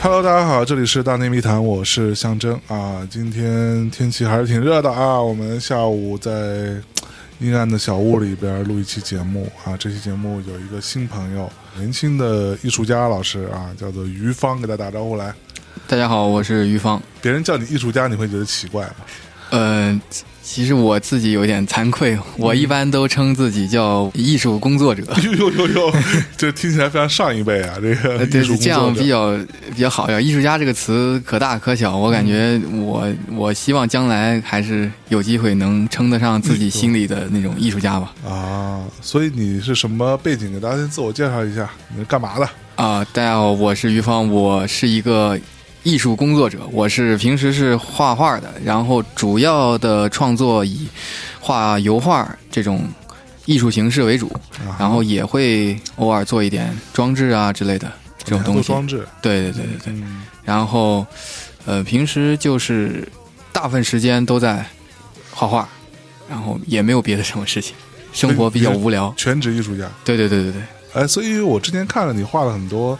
Hello，大家好，这里是大内密谈，我是象征啊。今天天气还是挺热的啊，我们下午在嘖阴暗的小屋里边录一期节目啊。这期节目有一个新朋友，年轻的艺术家老师啊，叫做于芳，给大家打招呼来。大家好，我是于芳。别人叫你艺术家，你会觉得奇怪吗？呃，其实我自己有点惭嗯愧，我一般都称自己叫艺术工 作者，哎呦呦呦呦，这听起来非常上一辈啊，这个呃，艺对，术工作者这样比较比较好呀。艺术家这个词可大可小，我嗯感觉我我希望将来还是有机会能称得上自己心里的那种艺术家吧。啊。所以你是什么背景？给大家先自我介绍一下，你是干嘛的？啊、大家好，我是于芳，我是一个艺术工作者，我是平时是画画的，然后主要的创作以画油画这种艺术形式为主，啊然后也会偶尔做一点装置啊之类的这种哦做东西。装置，对对对对对。嗯。然后，呃，平时就是大部分时间都在画画，然后也没有别的什么事情，生活比较无聊。全职艺术家。对对对对对。哎，所以我之前看了你画了很多，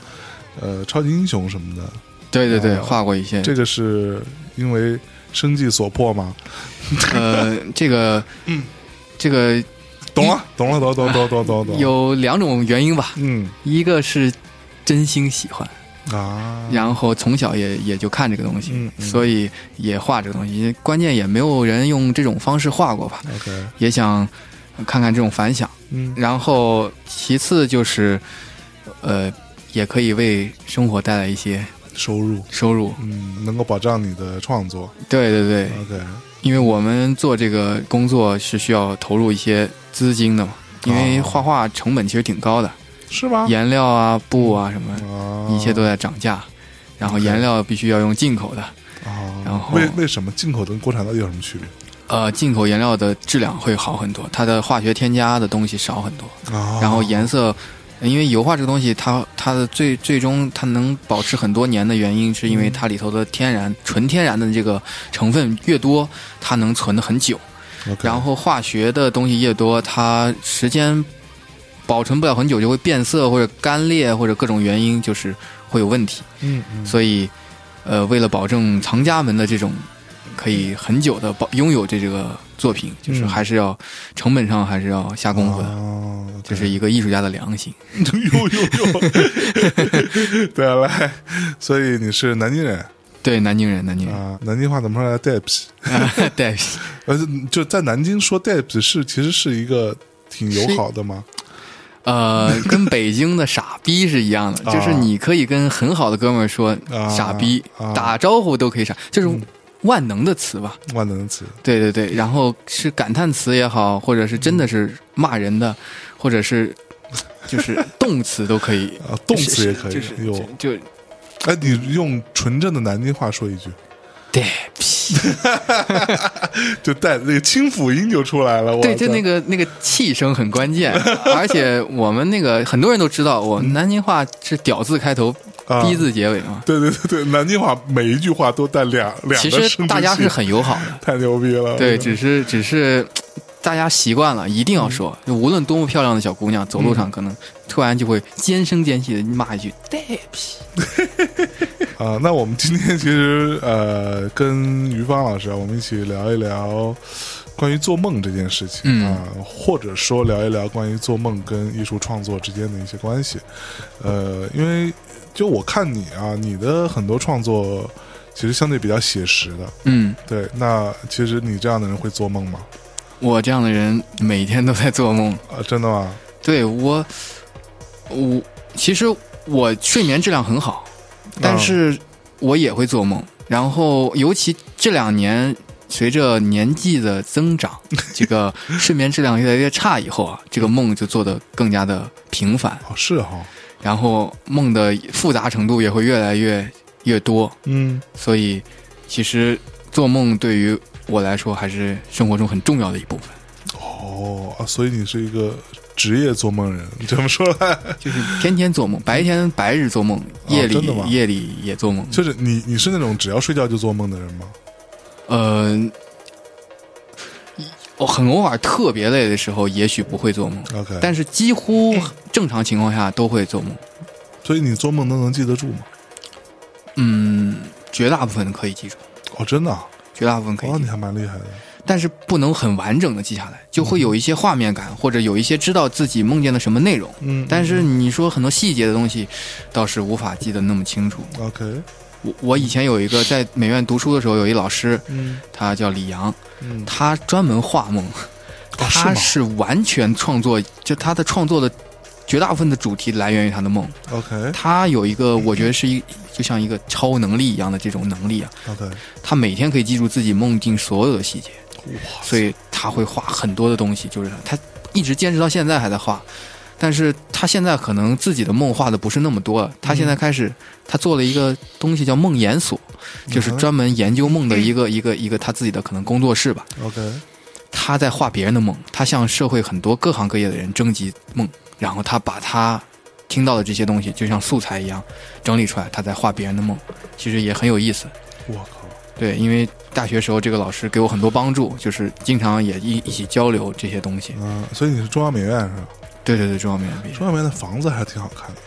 呃，超级英雄什么的，对对对，啊画过一些。这个是因为生计所迫吗？ 呃，这个，嗯，这个懂了，懂了，懂懂懂懂懂懂。，有两种原因吧，嗯一个是真心喜欢，啊，然后从小也也就看这个东西，嗯嗯所以也画这个东西。关键也没有人用这种方式画过吧， OK，也想看看这种反响。嗯然后其次就是，呃，也可以为生活带来一些收入，收入。嗯，能够保障你的创作。对对对， OK，因为我们做这个工作是需要投入一些资金的嘛，因哦为画画成本其实挺高的。是吗？颜料啊、布啊什么，啊，一切都在涨价。然后颜料必须要用进口的，啊。然后为为什么进口跟国产到底有什么区别呃，进口颜料的质量会好很多，它的化学添加的东西少很多。啊？然后颜色，因为油画这个东西，它它的最最终它能保持很多年的原因，是因为它里头的天然纯天然的这个成分越多，它能存的很久。 OK，然后化学的东西越多，它时间保存不了很久，就会变色或者干裂或者各种原因，就是会有问题。嗯嗯所以，呃，为了保证藏家们的这种可以很久的保拥有这这个作品，就是嗯还是要成本上还是要下功夫的，哦，OK，这是一个艺术家的良心。 呦呦呦， 对啊，来，所以你是南京人对南京人，南京人，啊？南京话怎么说来 d e p s 对，而且就在南京说 d e p s 是其实是一个挺友好的嘛，呃，跟北京的傻逼是一样的，啊就是你可以跟很好的哥们儿说啊傻逼啊，嗯打招呼都可以傻，就是万能的词吧？万能词对对对，然后是感叹词也好，或者是真的是骂人的，或者是就是动词都可以。啊，动词也可以是是。有就是就就哎，你用纯正的南京话说一句，对屁，就带那个轻辅音就出来了。对，就那个个那个气声很关 键，而且我们那个很多人都知道，我南京话是屌字开头，啊逼字结尾嘛。对对对对，南京话每一句话都带两两个其生实殖大家器是很友好的， 太牛逼了。对，只是只是大家习惯了，一定要说，嗯就无论多么漂亮的小姑娘，走路上可能突然就会尖声尖气的骂一句“对屁啊，那我们今天其实呃，跟于芳老师啊，我们一起聊一聊关于做梦这件事情、嗯啊，或者说聊一聊关于做梦跟艺术创作之间的一些关系。呃，因为就我看你啊，你的很多创作其实相对比较写实的，”。嗯，对。那其实你这样的人会做梦吗？我这样的人每天都在做梦。啊，真的吗？对我，我其实我睡眠质量很好，但是我也会做梦。然后尤其这两年。随着年纪的增长，这个睡眠质量越来越差以后啊，这个梦就做得更加的频繁。哦，是哈、然后梦的复杂程度也会越来越越多，嗯，所以其实做梦对于我来说还是生活中很重要的一部分，哦啊，所以你是一个职业做梦人，这么说来。就是天天做梦，白天白日做梦，夜里、哦真的吗夜里也做梦。就是你，你是那种只要睡觉就做梦的人吗？呃，我很偶尔特别累的时候，也许不会做梦， OK，但是几乎正常情况下都会做梦。所以你做梦都能记得住吗？嗯，绝大部分可以记住，哦，真的啊，绝大部分可以哦，记你住，还蛮厉害的，但是不能很完整的记下来，就会有一些画面感，或者有一些知道自己梦见了什么内容。嗯，但是你说很多细节的东西，倒是无法记得那么清楚。嗯 OK，我我以前有一个在美院读书的时候，有一老师，嗯他叫李阳，嗯，他专门画梦，哦是他吗是完全创作，就他的创作的绝大部分的主题来源于他的梦。 OK 他有一个，我觉得是一就像一个超能力一样的这种能力啊， OK，他每天可以记住自己梦境所有的细节，哇，所以他会画很多的东西，就是他一直坚持到现在还在画。但是他现在可能自己的梦画的不是那么多了，他现在开始，他做了一个东西叫梦研所，就是嗯哼专门研究梦的一个一个一个他自己的可能工作室吧。 OK 他在画别人的梦，他向社会很多各行各业的人征集梦，然后他把他听到的这些东西，就像素材一样整理出来，他在画别人的梦，其实也很有意思。我靠，对，因为大学时候这个老师给我很多帮助，就是经常也一一起交流这些东西。嗯，所以你是中央美院是吧？对对对，中央美院毕业，中央美院的房子还挺好看的。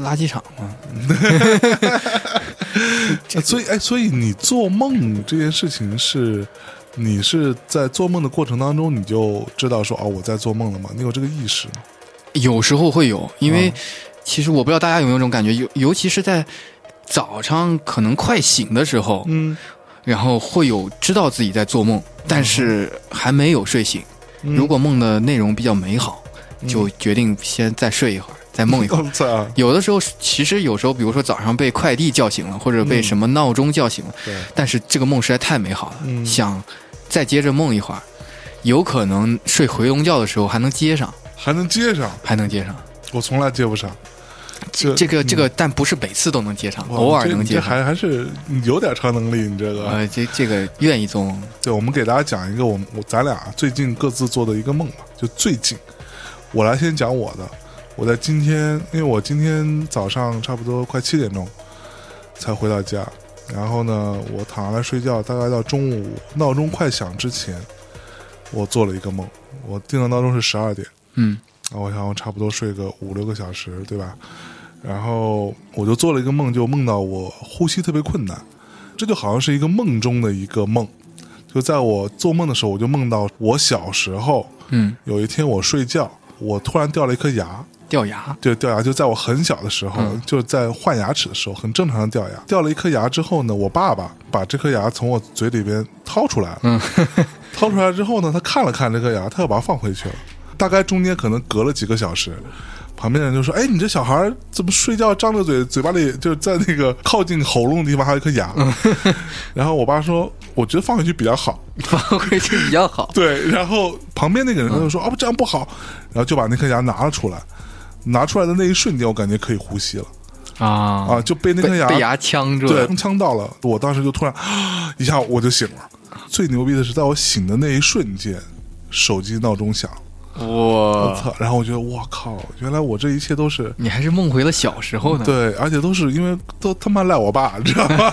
垃圾场嗯嘛，那所以，哎，所以你做梦这件事情是，你是在做梦的过程当中，你就知道说，哦，我在做梦了吗？你有这个意识吗？有时候会有，因为嗯其实我不知道大家有没有这种感觉，尤尤其是在早上可能快醒的时候，嗯，然后会有知道自己在做梦，但是还没有睡醒。嗯如果梦的内容比较美好，就决定先再睡一会儿，再梦 一会儿。我操，有的时候，其实有时候，比如说早上被快递叫醒了，或者被嗯什么闹钟叫醒了，对，但是这个梦实在太美好了，嗯想再接着梦一会儿，有可能睡回笼觉的时候还能接上，还能接上，还能接上。我从来接不上。这这个嗯这个，但不是每次都能接上，哇偶尔这能你这啊接上。还还是你有点超能力，你这个。呃，这这个愿意做嗯梦，对，我们给大家讲一个我们我咱俩最近各自做的一个梦吧，就最近。我来先讲我的，我在今天，因为我今天早上差不多快七点钟才回到家，然后呢，我躺下来睡觉，大概到中午闹钟快响之前，我做了一个梦，我定的闹钟是十二点。嗯啊，我想我差不多睡个五六个小时，对吧？然后我就做了一个梦，就梦到我呼吸特别困难，这就好像是一个梦中的一个梦。就在我做梦的时候，我就梦到我小时候嗯，有一天我睡觉，我突然掉了一颗牙，掉 牙，对，掉牙就在我很小的时候，嗯就是在换牙齿的时候，很正常的掉牙。掉了一颗牙之后呢，我爸爸把这颗牙从我嘴里边掏出来了，嗯掏出来之后呢，他看了看这颗牙，他又把它放回去了。大概中间可能隔了几个小时，旁边人就说：“哎，你这小孩儿怎么睡觉张着嘴，嘴巴里就在那个靠近喉咙的地方还有一颗牙？”嗯 然后我爸说：“我觉得放回去比较好。”放回去比较 好。对，然后旁边那个人他就说：“嗯哦，这样不好。”然后就把那颗牙拿了出来。拿出来的那一瞬间，我感觉可以呼吸了啊啊，就被那被颗牙被牙呛住对了。呛到了。我当时就突然 一下我就醒了。最牛逼的是，在我醒的那一瞬间，手机闹钟响，我哇，操！然后我觉得我靠，原来我这一切都是。你还是梦回了小时候呢。对，而且都是因为都他妈赖我爸， 你知道嗯吗？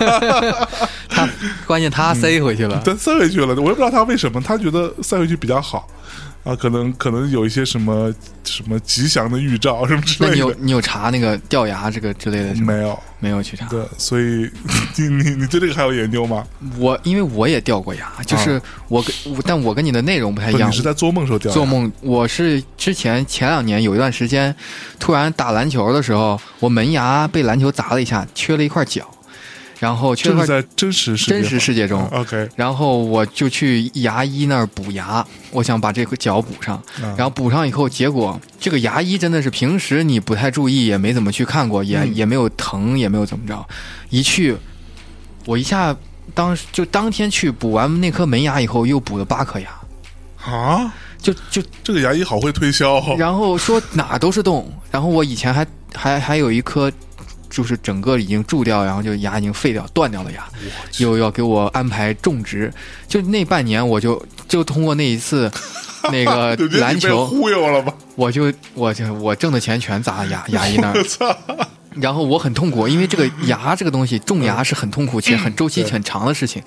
他关键嗯他塞回去了。但塞回去了，我也不知道他为什么，他觉得塞回去比较好，啊，可能可能有一些什么什么吉祥的预兆什么之那类你的。有你有查那个掉牙这个之类的是吗？没有，没有去查。对，所以 你你你对这个还有研究吗？我因为我也掉过牙，就是我跟我，但我跟你的内容不太一不，样啊你。是在做梦时候掉的哎做梦，我是之前前两年有一段时间，突然打篮球的时候，我门牙被篮球砸了一下，缺了一块角，然后缺这是了块在真实世界真实世界中啊，OK，然后我就去牙医那儿补牙，我想把这个角补上。然然后补上以后，结果这个牙医真的是平时你不太注意，也没怎么去看过，也、嗯也没有疼，也没有怎么着。一去，我一下当时就当天去补完那颗门牙以后，又补了八颗牙，啊，就就这个牙医好会推销哦， 然后说哪都是洞。然后我以前还还还有一颗，就是整个已经蛀掉，然后就牙已经废掉、断掉的牙，又要给我安排种植。就那半年，我就就通过那一次那 个我觉得你篮被球，忽悠了吧？ 我就我就我挣的钱全砸牙牙医那我儿，操！然后我很痛苦，因为这个牙这个东西种牙是很痛苦且很周期很长的事情。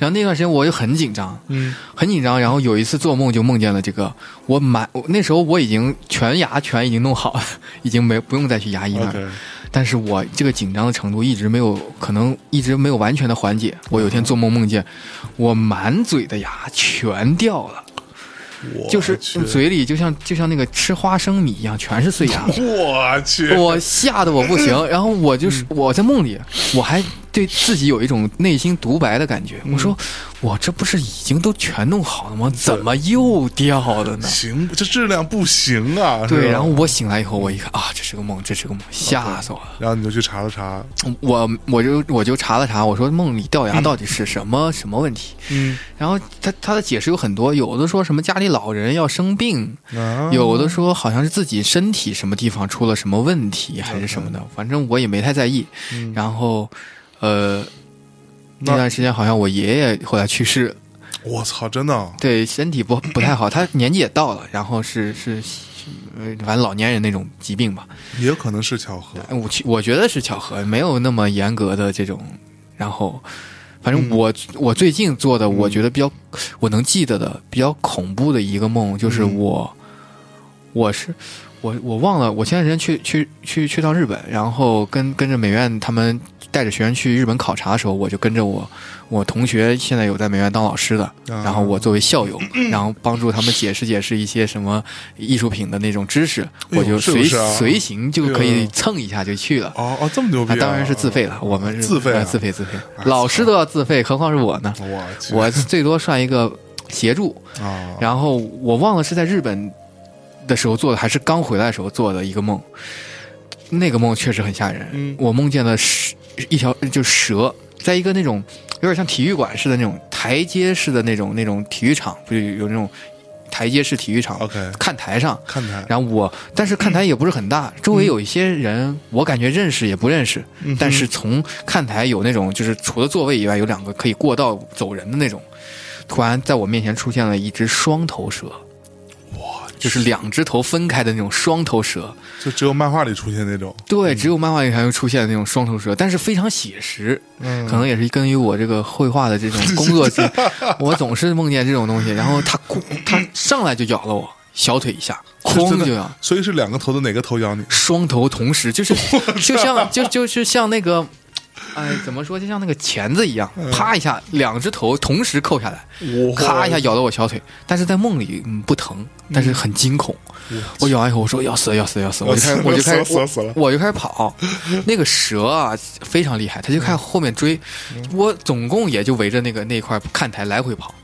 然后那段时间我就很紧张，嗯很紧张。然后有一次做梦就梦见了这个，我 满我那时候我已经全牙全已经弄好了，已经没不用再去牙医那儿。 ，OK，但是我这个紧张的程度一直没有，可能一直没有完全的缓解。我有一天做梦梦见，我满嘴的牙全掉了，我 就是去。嘴里就像就像那个吃花生米一样，全是碎牙 我去， 我吓得我不行，然后我就是我在梦里，我还对自己有一种内心独白的感觉。我说，我这不是已经都全弄好了吗？怎么又掉了呢？行，这质量不行啊！是对，吧然后我醒来以后，我一看啊，这是个梦，这是个梦，吓死我了。然后你就去查了查，我我就我就查了查，我说梦里掉牙到底是什么、什么问题？嗯然后他他的解释有很多，有的说什么家里老人要生病，啊，有的说好像是自己身体什么地方出了什么问题还是什么的，反正我也没太在意。嗯然后，呃，那那段时间好像我爷爷后来去世了，我操，真的啊对身体不不太好，他年纪也到了，然后是是。呃，反正老年人那种疾病吧，也可能是巧合。哎我其我觉得是巧合，没有那么严格的这种。然后，反正我、我最近做的，我觉得比较、我能记得的比较恐怖的一个梦，就是嗯我、我是我我忘了，我前段时间去去去去趟日本，然后跟跟着美院他们带着学生去日本考察的时候，我就跟着我我同学现在有在美院当老师的，啊然后我作为校友，然后帮助他们解释解释一些什么艺术品的那种知识，哎呦我就是不随是啊随行就可哎以呦蹭一下就去了。哦哦，这么牛逼、啊，啊，当然是自费了，我们是自费啊呃自费自费啊，老师都要自费，何况是我呢？我去我最多算一个协助，啊，然后我忘了是在日本的时候做的，还是刚回来的时候做的一个梦。那个梦确实很吓人，嗯我梦见了蛇，一条就蛇，在一个那种有点像体育馆似的那种台阶式的那种那种体育场，不就有那种台阶式体育场 OK 看台上。看台，然后我，但是看台也不是很大，周围有一些人，我感觉认识也不认识，嗯哼但是从看台有那种，就是除了座位以外，有两个可以过道走人的那种。突然在我面前出现了一只双头蛇，哇，就是两只头分开的那种双头蛇。就只有漫画里出现那种，对，只有漫画里才会出现那种双头蛇，但是非常写实，嗯，可能也是根据我这个绘画的这 种工作之，我总是梦见这种东西。然后它咕它上来就咬了我小腿一下，是真哐的就咬。所以是两个头的哪个头咬你？双头同时，就是 就像就就是像那个，哎，怎么说？就像那个钳子一样，啪一下，两只头同时扣下来，我咔一下，咬到我小腿。但是在梦里、嗯、不疼，但是很惊恐。我咬完以后，我说要死了，要死了，要死了！嗯我就开始，我就开死了始，死了死了我我就开始 跑。那个蛇啊，非常厉害，它就开始后面追。嗯我总共也就围着那个那块看台来回跑，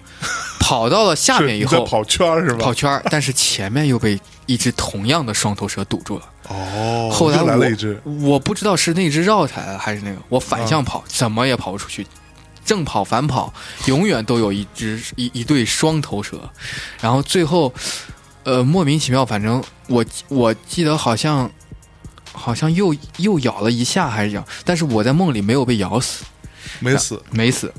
跑到了下是面以你在后跑圈儿是吧？跑圈儿，但是前面又被一只同样的双头蛇堵住了。哦，后来又我来了一只，我不知道是那只绕起来了还是那个，我反向跑，嗯怎么也跑不出去，正跑反跑，永远都有一只一一对双头蛇，然后最后，呃，莫名其妙，反正我我记得好像好像又又咬了一下还是咬，但是我在梦里没有被咬死，没死。没死，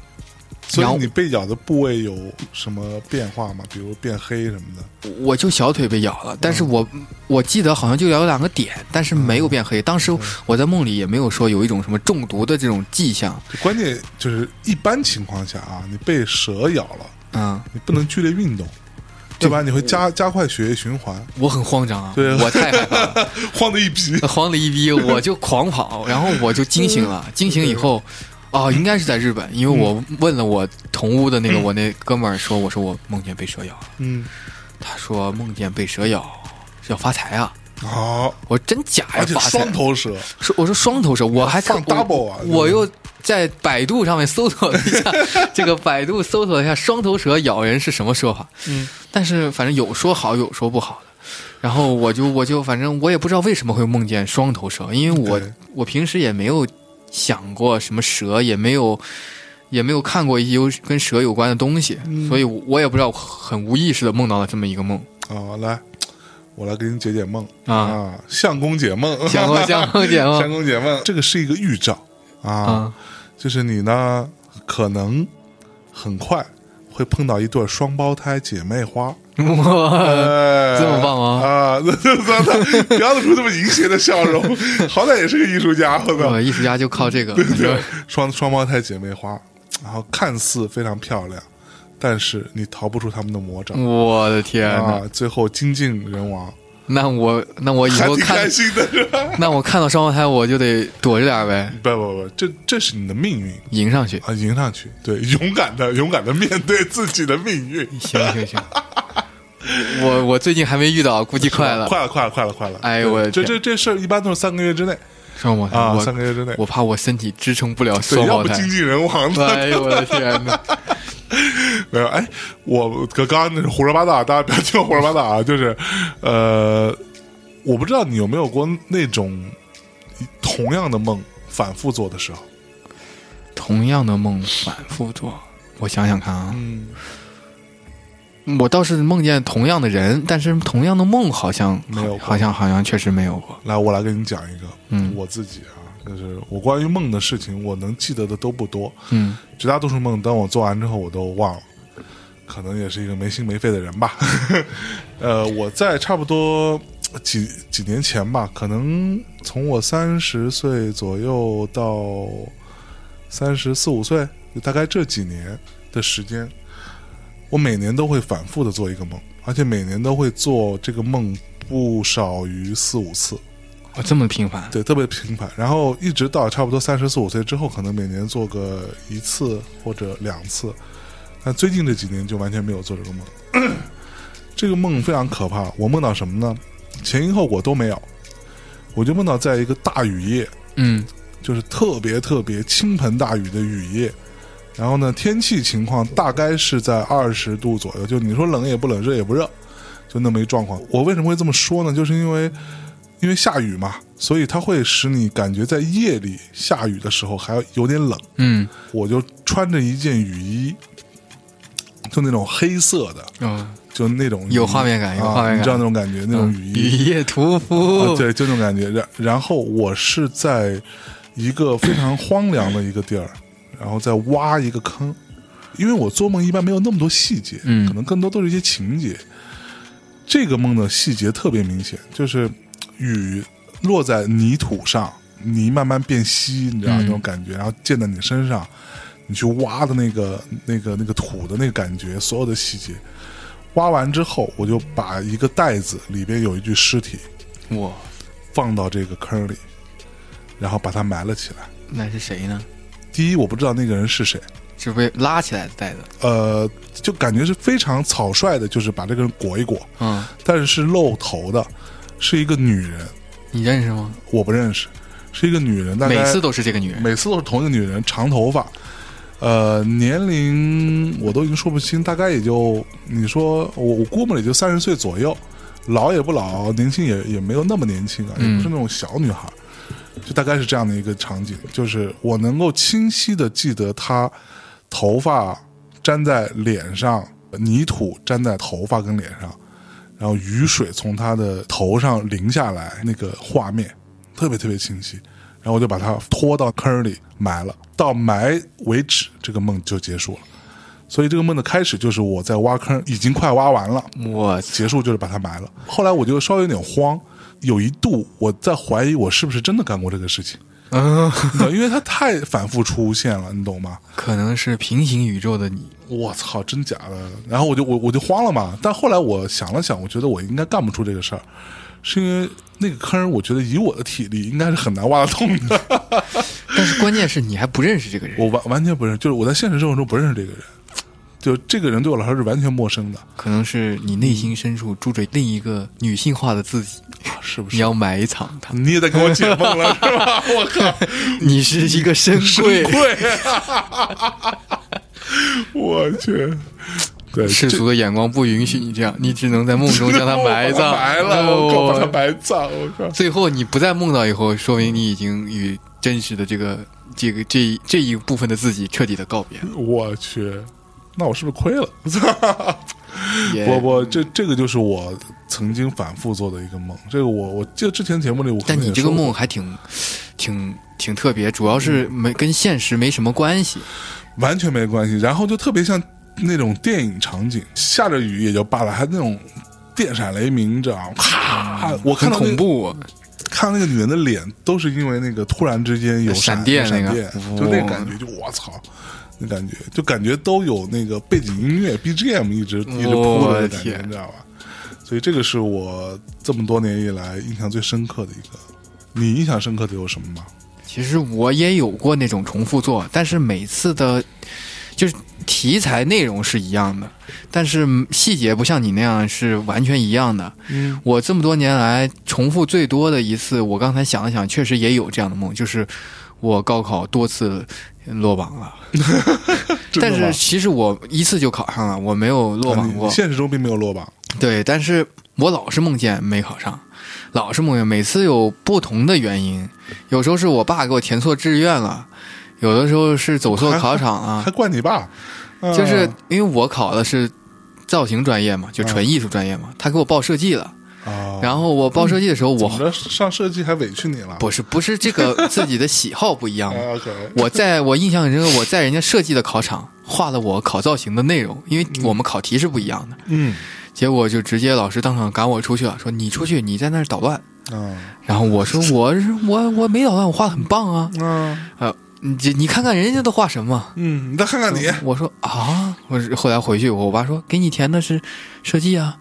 所然以后你被咬的部位有什么变化吗？比如变黑什么的？我就小腿被咬了，嗯但是我、我记得好像就咬了两个点，但是没有变嗯黑，当时我在梦里也没有说有一种什么中毒的这种迹象，关键就是一般情况下啊，你被蛇咬了，嗯。你不能剧烈运动，对吧？你会加加快血液循环，我很慌张啊，对啊我太害怕了，慌的一批。慌了 一逼，我就狂跑，然后我就惊醒嗯了，惊醒以后，哦，应该是在日本，因为我问了我同屋的那个我那哥们儿说，我说我梦见被蛇咬了，嗯，他说梦见被蛇咬是要发财啊，好，我说真假呀而且发财双，头蛇，说我说双头蛇，我还看放 double 啊我我又。在百度上面搜索了一下， 这个百度搜索了一下“双头蛇咬人”是什么说法？嗯，但是反正有说好，有说不好的。然后我就我就反正我也不知道为什么会梦见双头蛇，因为我对我平时也没有想过什么蛇，也没有也没有看过有跟蛇有关的东西，嗯所以我也不知道很无意识的梦到了这么一个梦啊，来，我来给你解解梦啊。啊，相公解梦，想过想过姐相吗？公解梦，这个是一个预兆啊，啊， 就是你呢可能很快会碰到一对双胞胎姐妹花，我哎这么棒吗啊， 那那那不要露出这么淫邪的笑容，好歹也是个艺术家，我操！我艺术家就靠这个，对，双双胞胎姐妹花，然后看似非常漂亮，但是你逃不出他们的魔掌 啊我的天呐，啊！最后精尽人亡，那我那我以还后挺开看，心的是吧？ 那我看到双胞胎我就得躲着点儿呗，不不不，这这是你的命运迎上去。啊，迎上去，对， 勇敢的勇敢的面对自己的命运，行行行，我我最近还没遇到，估计快了。快了，快了，快了，快了！哎呦对我的这天这这事儿一般都是三个月之内双胞胎，啊，我三个月之内，我怕我身体支撑不了对，双要胞不胎经。济人亡的。哎呦我的天哪！没有，哎，我刚刚刚那是胡说八道，大家不要听我胡说八道啊！ 就是，呃，我不知道你有没有过那种同样的梦反复做的时候，同样的梦反复做，我想想看啊，嗯，我倒是梦见同样的人，但是同样的梦好像没有过好像好像确实没有过。来，我来给你讲一个，嗯我自己啊，就是我关于梦的事情，我能记得的都不多，嗯，绝大多数梦，当我做完之后我都忘了，可能也是一个没心没肺的人吧。 呃，我在差不多几几年前吧，可能从我三十岁左右到三十四五岁，就大概这几年的时间，我每年都会反复的做一个梦，而且每年都会做这个梦不少于四五次。我哦这么频繁，对，特别频繁。然后一直到差不多三十四五岁之后，可能每年做个一次或者两次。但最近这几年就完全没有做这个梦。 这个梦非常可怕，我梦到什么呢？前因后果都没有，我就梦到在一个大雨夜，嗯就是特别特别倾盆大雨的雨夜。然后呢，天气情况大概是在二十度左右，就你说冷也不冷，热也不热，就那么一状况。我为什么会这么说呢？就是因为因为下雨嘛，所以它会使你感觉在夜里下雨的时候还有点冷。嗯，我就穿着一件雨衣，就那种黑色的，哦，就那种雨衣有画面感有画面啊、感嗯你知道那种感觉，那种雨衣，雨夜屠啊，夫，对，就那种感觉。然然后我是在一个非常荒凉的一个地 儿，然后再挖一个坑，因为我做梦一般没有那么多细节，嗯可能更多都是一些情节。这个梦的细节特别明显，就是雨落在泥土上，泥慢慢变稀，你知道、嗯那种感觉，然后溅在你身上，你去挖的那个、那个、那个土的那个感觉，所有的细节。挖完之后，我就把一个袋子里边有一具尸体，我放到这个坑里，然后把它埋了起来。那是谁呢？第一，我不知道那个人是谁，是被拉起来的袋子。呃，就感觉是非常草率的，就是把这个人裹一裹，嗯，但是是露头的，是一个女人，你认识吗？我不认识，是一个女人，大概每次都是这个女人。每次都是同一个女人，长头发，呃，年龄我都已经说不清，大概也就你说我我估摸也就三十岁左右，老也不老，年轻也也没有那么年轻啊，也嗯不是那种小女孩，就大概是这样的一个场景，就是我能够清晰的记得她头发粘在脸上，泥土粘在头发跟脸上。然后雨水从她的头上淋下来，那个画面特别特别清晰。然后我就把它拖到坑里埋了，到埋为止，这个梦就结束了。所以这个梦的开始就是我在挖坑，已经快挖完了，我结束就是把它埋了。后来我就稍微有点慌，有一度我在怀疑我是不是真的干过这个事情，嗯，因为它太反复出现了，你懂吗？可能是平行宇宙的你。我操，真假的？然后我就我我就慌了嘛。但后来我想了想，我觉得我应该干不出这个事儿，是因为那个坑，我觉得以我的体力应该是很难挖得通 的。但是关键是你还不认识这个人，我完完全不认识，就是我在现实生活中不认识这个人，就这个人对我来说是完全陌生的，可能是你内心深处住着另一个女性化的自己，啊是不是？你要埋藏她。你也在给我解梦 了是吧？我靠，你是一个深贵贵，我去，对，世这俗的眼光不允许你这 样，你只能在梦中将它埋我葬。哦哎把它埋了， 我靠，把它埋葬，我靠。最后你不再梦到以后，说明你已经与真实的这个、这个、这一这一部分的自己彻底的告别。我去，那我是不是亏了？不我，不，这这个就是我曾经反复做的一个梦。这个我我记得之前节目里我可但能你也这个说过梦还挺、挺、挺特别，主要是嗯没跟现实没什么关系。完全没关系，然后就特别像那种电影场景，下着雨也就罢了，还那种电闪雷鸣，你知道吗？咔，我看嗯很到那恐个怖啊，看到那个女人的脸，都是因为那个突然之间有闪闪电闪那个电哇就那个感觉，就我操，那感觉就感觉都有那个背景音乐 BGM 一直一直铺我着的的感觉，天你知道吧？所以这个是我这么多年以来印象最深刻的一个。你印象深刻的有什么吗？其实我也有过那种重复做，但是每次的，就是题材内容是一样的，但是细节不像你那样是完全一样的。嗯我这么多年来重复最多的一次，我刚才想了想，确实也有这样的梦，就是我高考多次落榜了，真的但吗是其实我一次就考上了，我没有落啊榜你过你。现实中并没有落榜。对，但是我老是梦见没考上，老是梦见，每次有不同的原因，有时候是我爸给我填错志愿了，有的时候是走错考场了还，怪你爸，啊 就是因为我考的是造型专业嘛，就纯艺术专业嘛，他给我报设计了，啊，然后我报设计的时候，怎我么着上设计还委屈你了？不是不是这个自己的喜好不一样啊，嘛， ，OK，我在我印象很深刻，我在人家设计的考场画了我考造型的内容，因为我们考题是不一样的，嗯结果就直接老师当场赶我出去了，说你出去，你在那儿捣乱。啊然后 我说我是我我没捣乱，我画的很棒啊！啊你这你看看人家都画什么？嗯，你再看看你，我说啊，我是后来回去，我爸说给你填的是设计啊。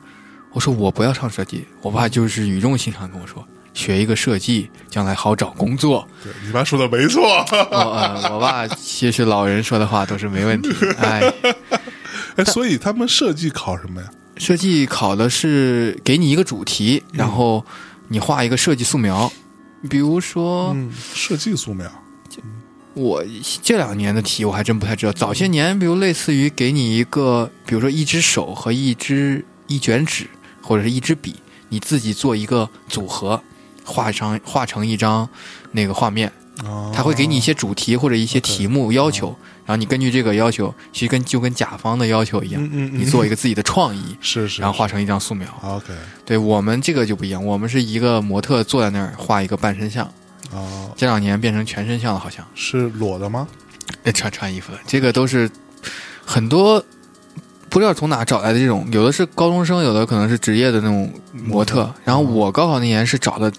我说我不要上设计，我爸就是语重心长跟我说，学一个设计，将来好找 工作。对你爸说的没错。 我、呃、我爸其实老人说的话都是没 问题的。哎，哎，所以他们设计考什么呀？设计考的是给你一个主题，然后你画一个设计素描，比如说。嗯，设计素描。我这两年的题我还真不太知道。早些年，比如类似于给你一个，比如说一只手和一支一卷纸，或者是一支笔，你自己做一个组合，画上画成一张那个画面。哦他会给你一些主题或者一些题目要求，然后你根据这个要求，其实跟就跟甲方的要求一样，嗯嗯嗯你做一个自己的创意，是是，然后画成一张素描。 OK 对我们这个就不一样，我们是一个模特坐在那儿画一个半身像，哦，这两年变成全身像了，好像。是裸的吗？哎，穿穿衣服的，这个都是很多不知道从哪找来的这种，有的是高中生，有的可能是职业的那种模特。然嗯后我高考那年是找的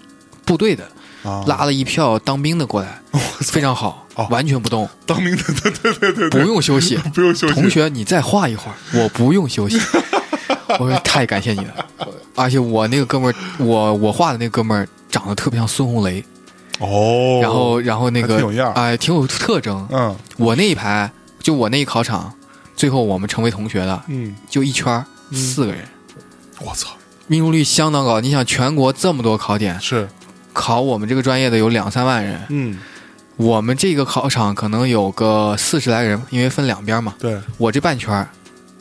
部队的，啊，拉了一票当兵的过来，非常好，哦完全不动，当兵的，对对对对不对，用休息。不用休息。同学，你再画一会儿，我不 用休息。我说太感谢你了，而且我那个哥们儿，我我画的那个哥们儿长得特别像孙红雷，哦，然后然后那还个挺有样儿哎，挺有特征，嗯我那一排，就我那一考场，最后我们成为同学的，嗯，就一圈儿嗯四个人，我操，命中率相当高。你想，全国这么多考点，是考我们这个专业的有两三万人，嗯我们这个考场可能有个四十来人，因为分两边嘛。对，我这半圈儿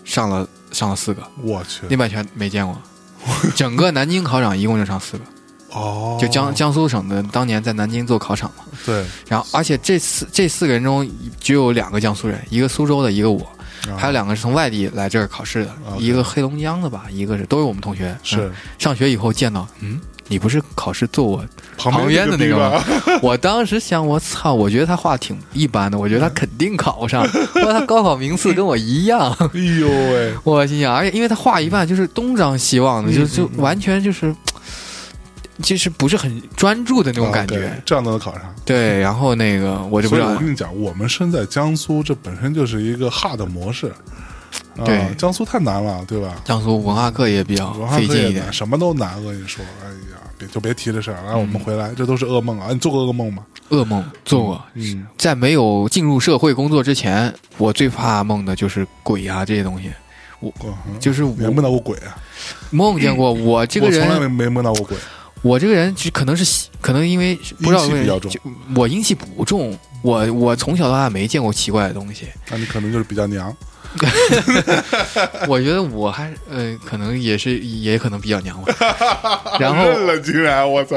上了上了四个，我去那半圈没见过。 整个南京考场一共就上四个，哦，就江江苏省的当年在南京做考场嘛。对，然后，而且这四这四个人中只有两个江苏人，一个苏州的，一个我。啊还有两个是从外地来这儿考试的， OK 一个黑龙江的吧，一个是都是我们同学。嗯是上学以后见到，嗯，你不是考试 坐我？旁旁边的那那个个地方我当时想，我操，我觉得他画挺一般的，我觉得他肯定考不 上，我说他高考名次跟我一样， 哎呦喂，我心想，而且因为他画一半就是东张西望的，嗯就嗯就嗯完全就是，就是不是很专注 的那啊种感觉。 OK，这样都能考上。对，然后那个我就不所以知我道，跟你讲，我们身在江苏，这本身就是一个 hard 模式。啊对江苏太难了，对吧？江苏文化课也比较文化费课劲也一点嗯难，。什么都难。我跟你说，哎呀，别就别提这事儿。来，我们回来，这都是噩梦啊！你做过噩梦吗？噩梦做过，嗯，在没有进入社会工作之前，我最怕梦的就是鬼啊这些东西。过就是你还梦我到过鬼啊？梦见过，我这个我从来人，没没梦到过鬼，我这个人只可能是喜可能因为不知阴道气为比较重。我阴气不重，我我从小到大没见过奇怪的 东西。那你可能就是比较娘。我觉得我还呃，可能也是也可能比较娘 吧。然后认了，竟然我操！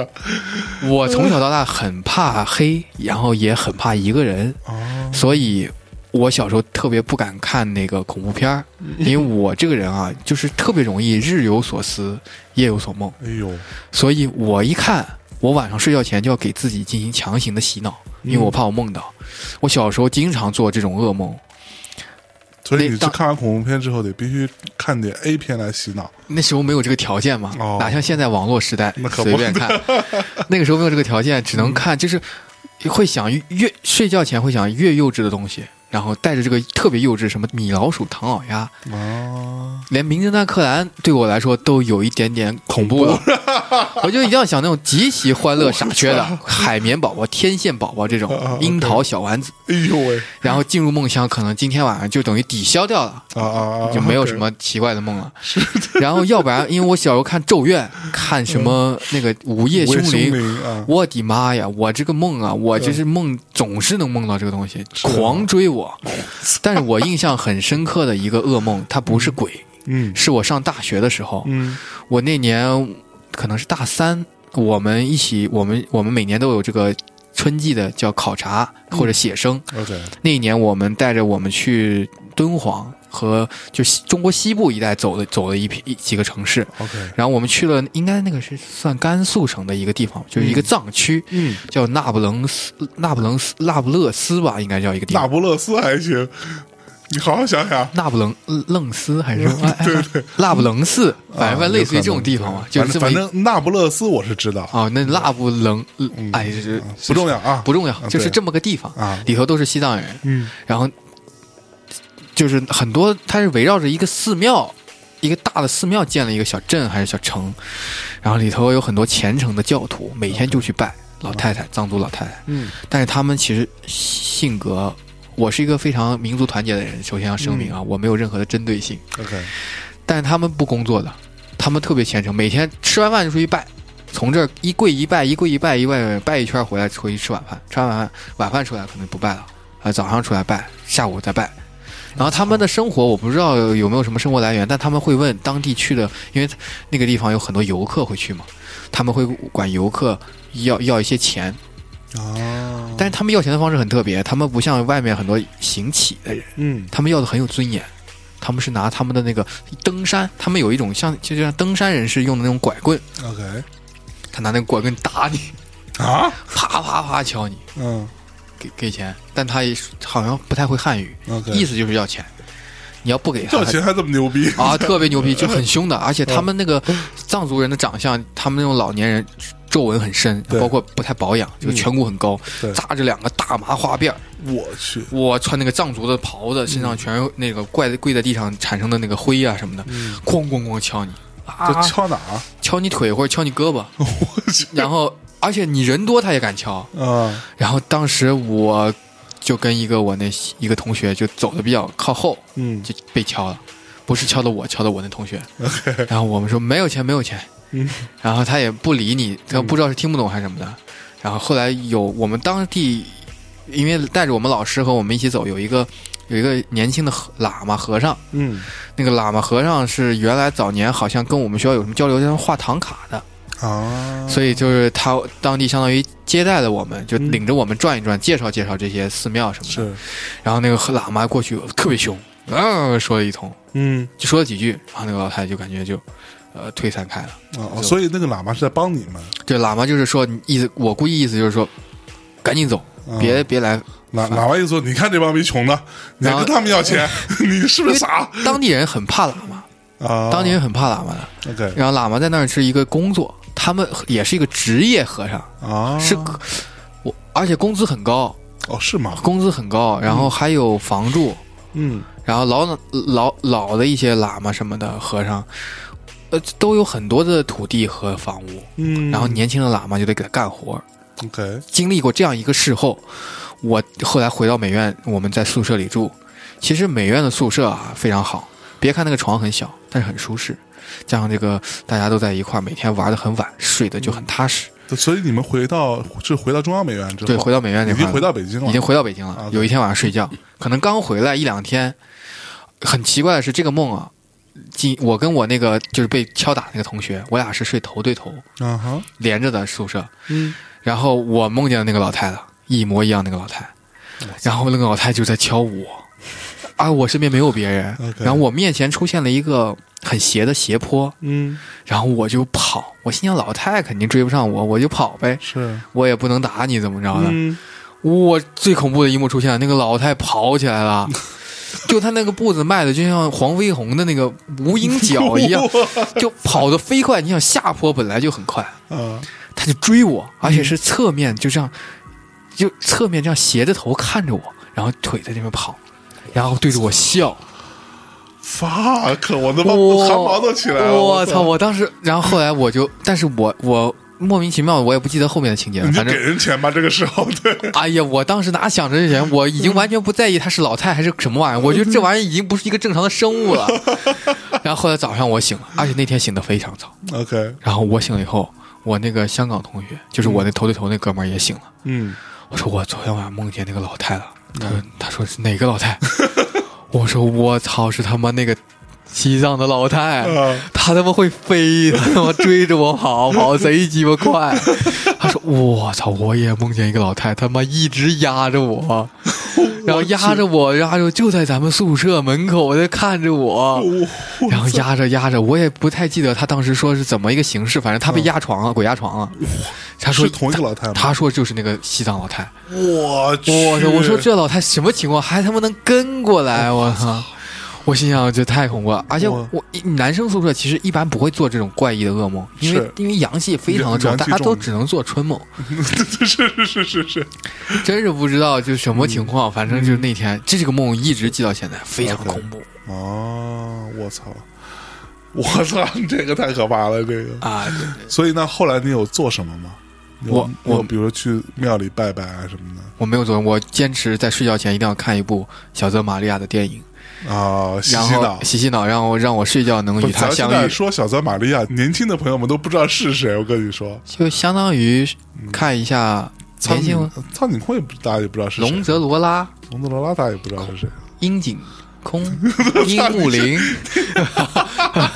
我从小到大很怕黑，然后也很怕一个人，哦，所以我小时候特别不敢看那个恐怖片儿，嗯因为我这个人啊，就是特别容易日有所思，夜有所梦，哎呦，所以我一看，我晚上睡觉前就要给自己进行强行的洗脑，嗯因为我怕我梦到。我小时候经常做这种噩梦，所以你那是当看完恐怖片之后，得必须看点 A 片来洗脑。那时候没有这个条件嘛，哦哪像现在网络时代那可嗯不随便看。 那个时候没有这个条件，只能看，就是会想越越睡觉前会想越幼稚的东西，然后带着这个特别幼稚，什么米老鼠、唐老鸭，哦，连名侦探柯南对我来说都有一点点恐怖了， 我就一定要想那种极其欢乐傻缺 的海绵宝宝、天线宝宝这啊啊种樱桃小丸子，哎呦喂，然后进入梦乡，可能今天晚上就等于抵消掉了。啊啊啊，就没有什么奇怪的梦 了，然后要不然，因为我小时候看《咒怨》，看什么那个《午夜夜凶凶铃》，啊，我的妈呀！我这个梦啊，我就是梦，总是能梦到这个东西， 是啊狂追我。但是我印象很深刻的一个噩梦，它不是鬼，嗯是我上大学的时候，嗯我那年可能是大三，我们一起，我们我们每年都有这个春季的叫考察嗯或者写生。 ，OK，那一年我们带着我们去敦煌和就西中国西部一带走了走了一批一几个城市， OK，然后我们去了应该那个是算甘肃省的一个地方，就是一个藏区。嗯，叫那不勒斯，那不勒斯，那不勒斯吧，应该叫一个地那方。不勒斯还行，你好好想想，那不勒楞斯还是什 么？对对，那不勒斯，反啊正反正类似于这种地有可方能嘛，就是这啊么反一正反正那不勒斯我是知道，哦，那那不勒，哎，就是啊嗯不重要啊，不重要，啊就是对这么个地方，啊，里头都是西藏人，嗯然后就是很多，它是围绕着一个寺庙，一个大的寺庙建了一个小镇还是小城，然后里头有很多虔诚的教徒，每天就去拜老太太，藏族老太太。嗯但是他们其实性格，我是一个非常民族团结的人，首先要声明啊，嗯我没有任何的针对性。 ，OK，但是他们不工作的，他们特别虔诚，每天吃完饭就出去拜，从这儿一跪一拜，一跪一拜，一拜拜一圈回来，回去吃晚饭，吃完晚饭晚饭出来可能不拜了，啊，早上出来拜，下午再拜。然后他们的生活我不知道有没有什么生活来源，但他们会问当地去的，因为那个地方有很多游客会去嘛，他们会管游客要要一些钱，哦，但是他们要钱的方式很特别，他们不像外面很多行乞的人，嗯他们要的很有尊严，他们是拿他们的那个登山，他们有一种像就像登山人士用的那种拐棍， ，OK，他拿那个拐棍打你，啊，啪啪啪敲你，嗯给给钱，但他也好像不太会汉语， ，OK，意思就是要钱，你要不给他要。钱还这么牛逼啊，特别牛逼，就很 凶的，而且他们那个藏族人的长相，他们那种老年人皱纹很深，对包括不太保养，这个嗯颧骨很高对，扎着两个大麻花辫儿，我去，我穿那个藏族的袍子，身上全是那个怪跪在地上产生的那个灰啊什么的，嗯，哐哐哐敲你，啊这，敲哪儿？ 敲你腿或者敲你胳膊，我去然后而且你人多他也敢敲。啊，然后当时我就跟一个我那一个同学就走的比较靠后，嗯就被敲了，不是敲的我，敲的我那同学。然后我们说没有钱，没有钱嗯。然后他也不理你，他不知道是听不懂还是什么的。然后后来有我们当地，因为带着我们老师和我们一起走，有一个有一个年轻的和喇嘛和尚，嗯那个喇嘛和尚是原来早年好像跟我们学校有什么交流，他是画唐卡的，啊，所以就是他当地相当于接待了我们，就领着我们转一转，介绍介绍这些寺庙什么的。是然后那个喇嘛过去特别凶，啊，说了一通，嗯就说了几句，然后那个老太太就感觉就，呃，退散开了。啊，哦所以那个喇嘛是在帮你们，对，喇嘛就是说意思，我估计意思就是说，赶紧走，啊别、别来，喇喇嘛一说，你看这帮逼穷的，你还然后跟他们要 钱，你是不是傻当地人很怕喇嘛，啊？当地人很怕喇嘛的。 OK 然后喇嘛在那儿是一个工作，他们也是一个职业和尚，啊，是我，而且工资很高，哦是吗？工资很高，然后还有房住。嗯然后老老老的一些喇嘛什么的和尚，呃，都有很多的土地和房屋，嗯，然后年轻的喇嘛就得给他干活。 OK 经历过这样一个事后，我后来回到美院，我们在宿舍里住。其实美院的宿舍啊非常好，别看那个床很小，但是很舒适，加上这个大家都在一块儿，每天玩的很晚，睡得就很踏实。对，所以你们回到是回到中央美院嗯之后，对，回到美院已这块经儿回到北京了，已经回到北京了啊。有一天晚上睡觉，可能刚回来一两天，很奇怪的是，这个梦啊，进我跟我那个就是被敲打那个同学，我俩是睡头对头，啊哈，连着的宿舍。嗯，然后我梦见那个老太了，一模一样那个老太，然后那个老太就在敲我，而我身边没有别人 OK，然后我面前出现了一个很斜的斜坡，嗯然后我就跑，我心想老太肯定追不上我，我就跑呗，是，我也不能打你怎么着的，嗯我最恐怖的一幕出现了，那个老太跑起来 了，就她那个步子迈的就像黄飞鸿的那个无影脚 一样，就跑得飞快。你想下坡本来就很快，啊她就追我，而且是侧面就这样就侧面这样斜着头看着我，然后腿在那边跑，然后对着我 笑。 fuck，我他妈我汗毛都起来了，我操！操！我当时，然后后来我就，但是我我莫名其妙，我也不记得后面的情节了。你就反给正，人钱吧，这个时候对。哎呀，我当时哪想着这人，我已经完全不在意他是老太还是什么玩意儿，我觉得这玩意儿已经不是一个正常的生物了。然后后来早上我醒了，而且那天醒得非常早。 OK，然后我醒了以后，我那个香港同学，就是我那头对头那哥们儿也醒了。嗯，我说我昨天晚上梦见那个老太了。他说他说是哪个老太？ 我说我操，是他妈那个西藏的老太。啊，他他妈会飞， 他他妈追着我跑，跑贼鸡巴 快。他说：“我操，我也梦见一个老太，他妈一直压 着我，然后压着我，然后就在咱们宿舍门口在看着我，我然后压着压着，我也不太记得他当时说是怎么一个形式，反正他被压床了，鬼压床了。他说是同一个老太吗他说就是那个西藏老太。我去，我操！我说这老太什么情况，还他妈能跟过来？我操！我心想这太恐怖了，而且哎我我男生宿舍其实一般不会做这种怪异的噩梦，因为是因为阳气非常的重，阳气大家都重只能做春梦， 是是是是是，真是不知道就什么情嗯况，反正就是那天这个梦一直记到现在，非常 OK 恐怖啊，我操，我操，这个太可怕了，这 个。啊！对对所以那后来你有做什么吗？有我有我比如说去庙里拜拜啊什么的我没有做，我坚持在睡觉前一定要看一部小泽玛利亚的电影，啊，洗然洗后脑。洗洗脑，让我让我睡觉能不与他咱现相在遇，说小泽玛利亚，年轻的朋友们都不知道是谁。我跟你说，就相当于看一下嗯苍年轻井苍井空也不大家也不知道是谁，龙泽罗拉。龙泽罗拉大家也不知道是谁。樱井空、樱木林，说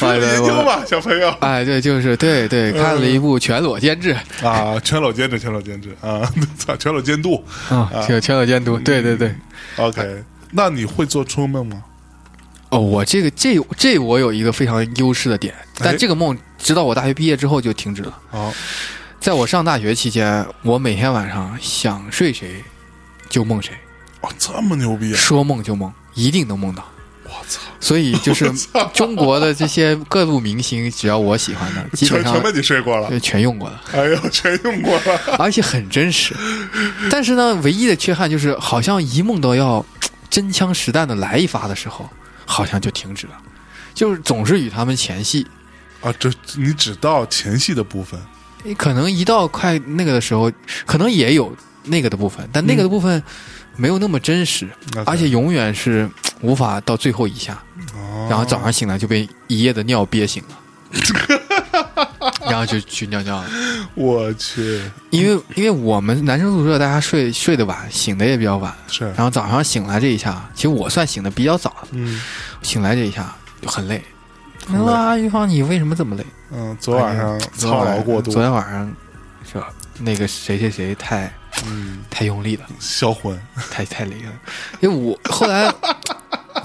哎 对研究我吧，小朋 友哎，对，就是对对，看了一部《全裸监制》啊，全裸监制，全裸监制啊， 操，全裸监督。啊，这《全裸监督》，嗯对对对。 OK，那你会做春梦吗？哦，我这个这这我有一个非常优势的点，哎但这个梦直到我大学毕业之后就停止了。啊，在我上大学期间，我每天晚上想睡谁就梦谁，哦，这么牛逼啊！说梦就梦，一定能梦到。我操，所以就是 操中国的这些各路明星，只要我喜欢的，基本全上全被你睡过了，对全用过了。哎呦，全用过了。而且很真实。但是呢，唯一的缺憾就是，好像一梦到要真枪实弹的来一发的时候，好像就停止了，就是总是与他们前戏。啊，这你只到前戏的部分可能一到快那个的时候，可能也有那个的部分，但那个的部分没有那么真实，嗯，OK，而且永远是无法到最后一下。哦然后早上醒来就被一夜的尿憋醒了， 然后就去尿尿了。我去，因为因为我们男生宿舍大家睡睡得晚，醒的也比较晚，是，啊然后早上醒来这一下，其实我算醒的比较早，嗯醒来这一下就很累。很累啊，玉芳，你为什么这么累？嗯，昨晚上哎昨天操晚劳上过度昨，天晚上是吧？那个谁谁谁太嗯，太用力了，销魂，太太累了。因为我后来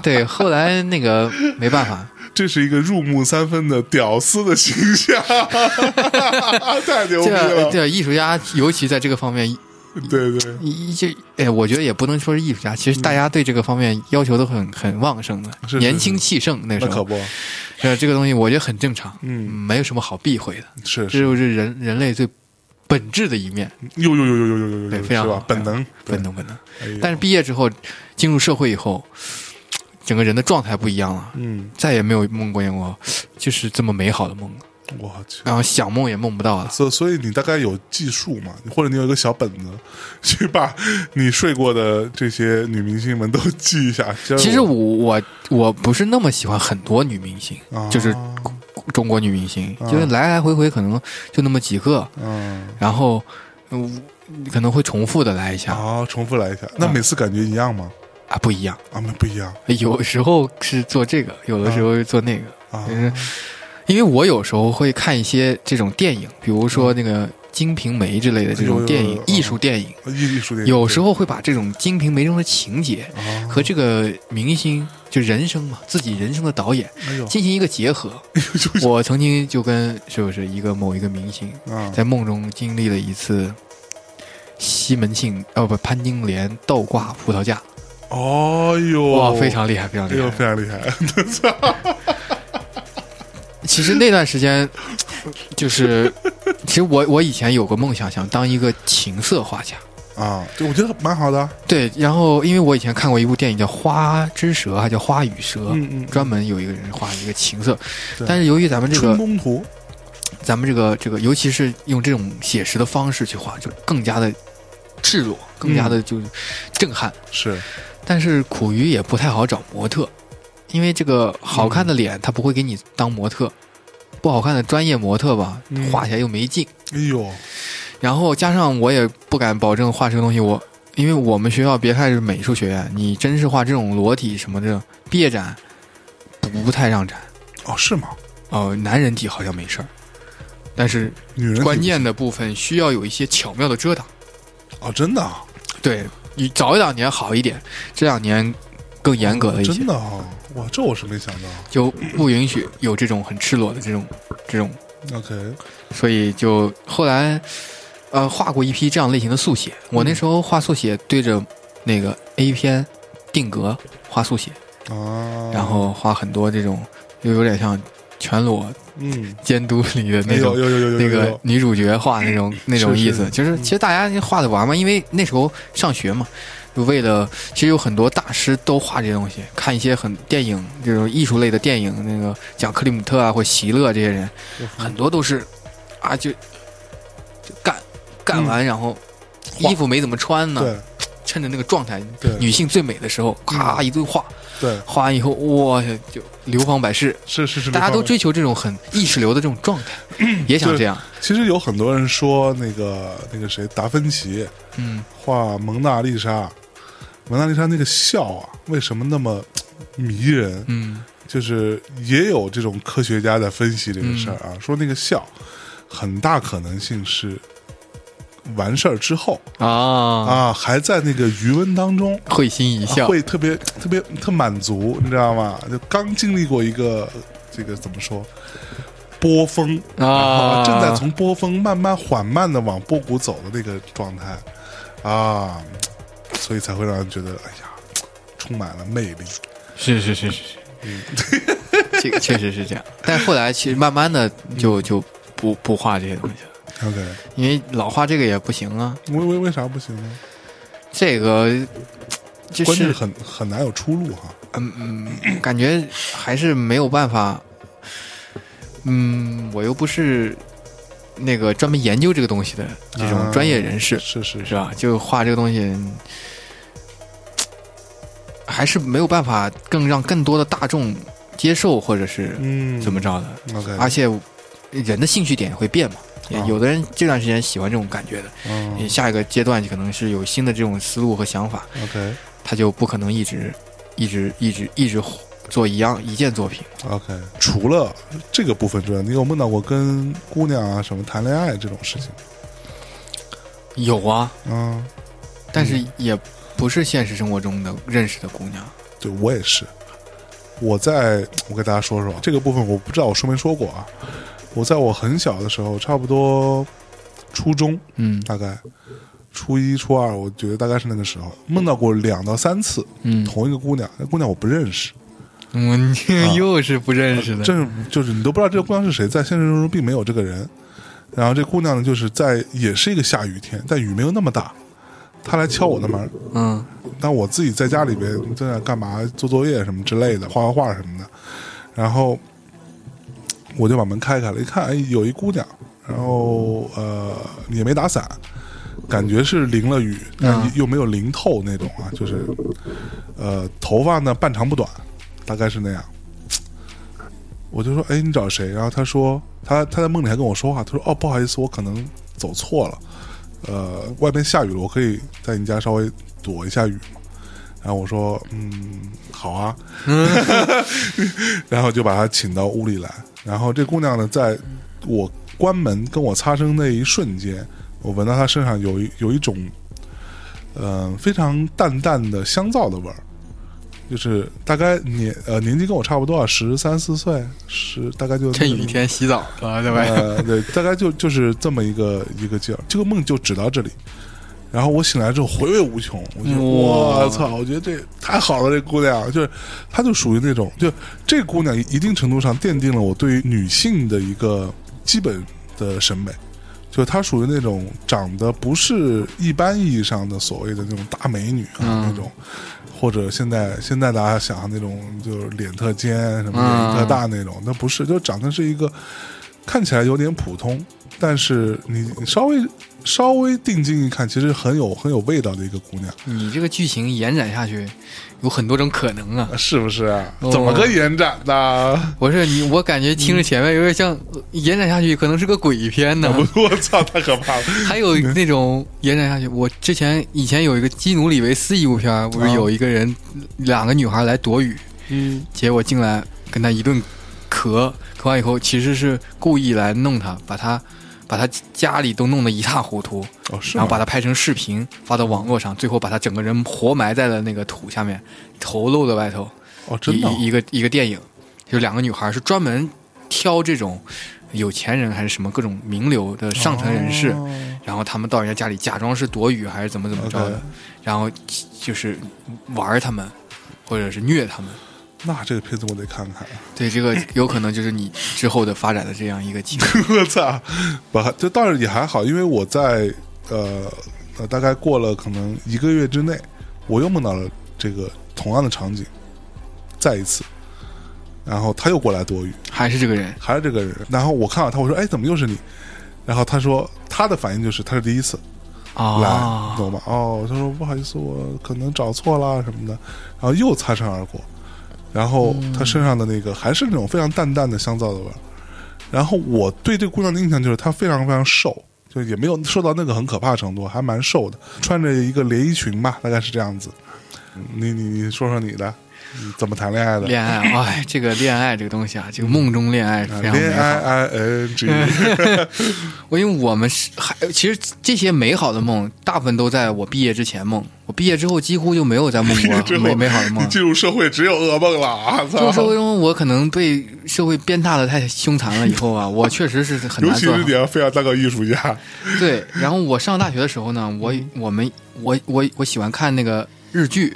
对后来那个没办法，这是一个入木三分的屌丝的形象， 太 牛逼这了，这艺术家尤其在这个方面，对对，一就哎，我觉得也不能说是艺术家，其实大家对这个方面要求都很很旺盛的，嗯是是年轻气盛那时那可候，不，呃，这个东西我觉得很正常，嗯没有什么好避讳的。是这是，就是人人类最本质的一面，呦呦呦呦呦呦呦对呦，非常是好吧？本能，本能本能。哎呦，但是毕业之后，进入社会以后，整个人的状态不一样了，嗯，再也没有梦过见过就是这么美好的梦了，我去。然后想梦也梦不到了。所所以你大概有记数嘛，或者你有一个小本子， 去把你睡过的这些女明星们都记一下。 其实我我我不是那么喜欢很多女明星，啊就是中国女明星，就是来来回回可能就那么几个，嗯然后嗯可能会重复的来一下啊，重复来一下。嗯那每次感觉一样吗？啊，不一样。啊，没不一样有时候是做这个，有的时候是做那个，啊嗯，因为我有时候会看一些这种电影，比如说那个《金瓶梅》之类的这种电嗯有嗯影有有，艺术电影，艺艺术电影有时候会把这种《金瓶梅》中的情节对啊，和这个明星就人生嘛，自己人生的导演哎呦，进行一个结合。哎我曾经就跟是不是一个某一个明星，啊在梦中经历了一次西门庆哦不潘金莲倒挂葡萄架，哦呦，哇，非常厉害，非常哎厉呦害非。常厉害，其实那段时间， 就是其实我我以前有个梦想，想当一个情色画家，啊，对，我觉得蛮好的。啊对，然后因为我以前看过一部电影叫《花之蛇》，还叫《花与蛇》，嗯嗯，专门有一个人画一个情色对，但是由于咱们这春个宫图，咱们这个这个，尤其是用这种写实的方式去画，就更加的赤裸，更嗯加的就是震撼。是但是苦于也不太好找模特，因为这个好嗯看的脸他不会给你当模特，不好看的专业模特吧嗯，画起来又没劲。哎呦，然后加上我也不敢保证画这个东西我。因为我们学校别看是美术学院，你真是画这种裸体什么的，毕业展不不太让展。哦，是吗？哦、男人体好像没事儿，但是女人关键的部分需要有一些巧妙的遮挡。哦，真的啊，对，你早一两年好一点，这两年更严格了一些真，的啊，哇，这我是没想到。就不允许有这种很赤裸的这种这种， OK，所以就后来呃画过一批这样类型的速写。嗯我那时候画速写，对着那个 A 片定格画速写，啊，然后画很多这种又有点像全裸嗯，监督里的哎那呦种有有有有那有有个有女主角画那 种那种是意思，就是其实大家画着玩嘛，因为那时候上学嘛，就为了其实有很多大师都画这些东西，看一些很电影这种艺术类的电影，那个讲克里姆特啊或席勒这些人，很多都是啊就就干干完、然后画衣服没怎么穿呢，嗯对趁着那个状态，对嗯女性最美的时候，咔一顿画，对画完以后哇就流芳百世，是是是，大家没都办法追求这种很意识流的这种状态，也想对这样，其实有很多人说那个那个谁达芬奇嗯。画蒙娜丽莎，蒙娜丽莎那个笑啊，为什么那么迷人？嗯就是也有这种科学家在分析这个事儿啊，嗯说那个笑很大可能性是完事儿之后啊，啊，还在那个余温当中。会心一笑，啊会特别特别特满足，你知道吗？就刚经历过一个这个怎么说波峰啊然后正在从波峰慢慢缓慢的往波谷走的那个状态啊，所以才会让人觉得哎呀，充满了魅力。是是是是是，嗯这 个确实是这样。但后来其实慢慢的嗯就就不不画这些东西了， OK，因为老画这个也不行啊。为为为啥不行呢？这个就关键是是很很难有出路哈。嗯 嗯，感觉还是没有办法。嗯，我又不是那个专门研究这个东西的这种啊专业人士，是是是吧？就画这个东西，还是没有办法更让更多的大众接受，或者是嗯，怎么哎着的。 OK？而且人的兴趣点也会变嘛，也啊有的人这段时间喜欢这种感觉的，嗯你下一个阶段可能是有新的这种思路和想法， ，OK 他就不可能一直一直一直一直做一样一件作品。 OK。除了这个部分之外，你有梦到过跟姑娘啊什么谈恋爱这种事情？有啊，嗯嗯，但是也不是现实生活中的认识的姑娘。对我也是。我在我给大家说说这个部分，我不知道我说没说过啊。我在我很小的时候，差不多初中，嗯大概初一、初二，我觉得大概是那个时候，梦到过两到三次嗯，同一个姑娘，那姑娘我不认识，我嗯你又是不认识的，这是就是你都不知道这个姑娘是谁，在现实中并没有这个人。然后这姑娘呢，就是在也是一个下雨天，但雨没有那么大，她来敲我的门，嗯但我自己在家里边在那干嘛做作业什么之类的，画画画什么的，然后我就把门开开了，一看，哎，有一姑娘，然后呃也没打伞，感觉是淋了雨，但嗯又没有淋透那种啊，就是呃头发呢半长不短，大概是那样。我就说，哎，你找谁？然后他说，他他在梦里还跟我说话，他说，哦，不好意思，我可能走错了，呃，外边下雨了，我可以在你家稍微躲一下雨嘛。然后我说，嗯，好啊，嗯 然后就把她请到屋里来。然后这姑娘呢，在我关门跟我擦身那一瞬间，我闻到她身上有一有一种，嗯、非常淡淡的香皂的味儿，就是大概年呃年纪跟我差不多啊，十三四岁，十大概就趁雨天洗澡啊，对吧？呃，对，大概就就是这么一个一个劲儿。这个梦就只到这里。然后我醒来之后回味无穷，我觉得哇我操，我觉得这太好了，这姑娘就是，她就属于那种，就这姑娘一定程度上奠定了我对于女性的一个基本的审美，就她属于那种长得不是一般意义上的所谓的那种大美女啊、嗯那种，或者现在现在大家想的那种就是脸特尖什么嗯脸特大那种，那不是，就长得是一个看起来有点普通，但是你你稍微稍微定睛一看，其实很有很有味道的一个姑娘，你这个剧情延展下去，有很多种可能 啊。是不是啊？哦怎么个延展呢？不是你，我感觉听着前面有点像呃延展下去，可能啊是个鬼片呢。我操，太可怕了！还有那种延展下去，我之前以前有一个基努里维斯一部片儿，不是啊有一个人两个女孩来躲雨，嗯，结果进来跟他一顿咳，咳完以后其实是故意来弄他，把他把他家里都弄得一塌糊涂，哦，是吗然后把他拍成视频发到网络上，最后把他整个人活埋在了那个土下面，头露在外头。哦，真一的哦、一一个一个电影，就两个女孩是专门挑这种有钱人还是什么各种名流的上层人士，哦然后他们到人家家里假装是躲雨还是怎么怎么着的 OK 然后就是玩儿他们或者是虐他们。那这个片子我得看看。对，这个有可能就是你之后的发展的这样一个情况。我操！不，这倒是也还好，因为我在呃呃，大概过了可能一个月之内，我又梦到了这个同样的场景，再一次，然后他又过来躲雨，还是这个 人，还是这个人，然后我看到他，我说：“哎，怎么又是你？”然后他说他的反应就是他是第一次来，啊你，懂吗？哦，他说不好意思，我可能找错啦什么的，然后又擦身而过，然后嗯他身上的那个还是那种非常淡淡的香皂的味儿。然后我对这姑娘的印象就是她非常非常瘦，就也没有瘦到那个很可怕的程度，还蛮瘦的，穿着一个连衣裙吧，大概是这样子。你你你说说你的，你怎么谈恋爱的？恋爱，哎，这个恋爱这个东西啊，这个梦中恋爱是啊非常美恋好的。爱 I N G， 我因为我们是还其实这些美好的梦，大部分都在我毕业之前梦。我毕业之后几乎就没有再梦之后过美美好的你梦。进入社会只有噩梦了啊！进入社操会，中，我可能被社会鞭挞的太凶残了，以后啊，我确实是很尤难其做是好你。要非要当个艺术家，对，然后我上大学的时候呢，我我们我我我喜欢看那个日剧，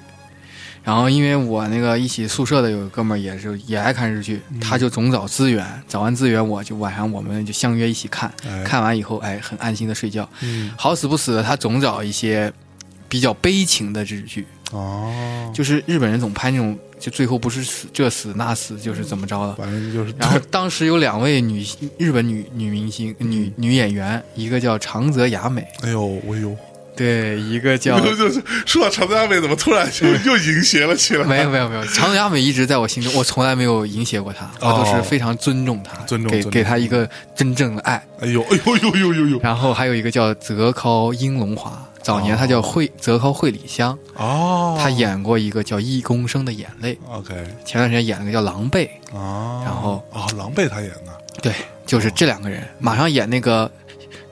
然后因为我那个一起宿舍的有个哥们儿也是也爱看日剧，他就总找资源，找完资源我就晚上我们就相约一起看，哎看完以后哎很安心的睡觉。嗯好死不死的，他总找一些比较悲情的日剧，哦，就是日本人总拍那种，就最后不是死这死那死，就是怎么着的。反正就是然后当时有两位女日本女女明星、女女演员，一个叫长泽雅美，哎呦，哎呦，对，一个 叫就是说到长泽雅美，怎么突然就又淫邪了起来？ 嗯没有没有 没有，长泽雅美一直在我心中，我从来没有淫邪过她，我都是非常哦尊重嗯她，尊重给尊重给她一个真正的爱。哎呦，哎呦呦呦呦呦！然后还有一个叫泽尻英龙华，早年她叫惠泽尻惠里香，哦她演过一个叫《一公升的眼泪》。 OK 前段时间演了个叫《狼狈》，啊，然后哦，狼狈他演的，对，哦就是这两个人，马上演那个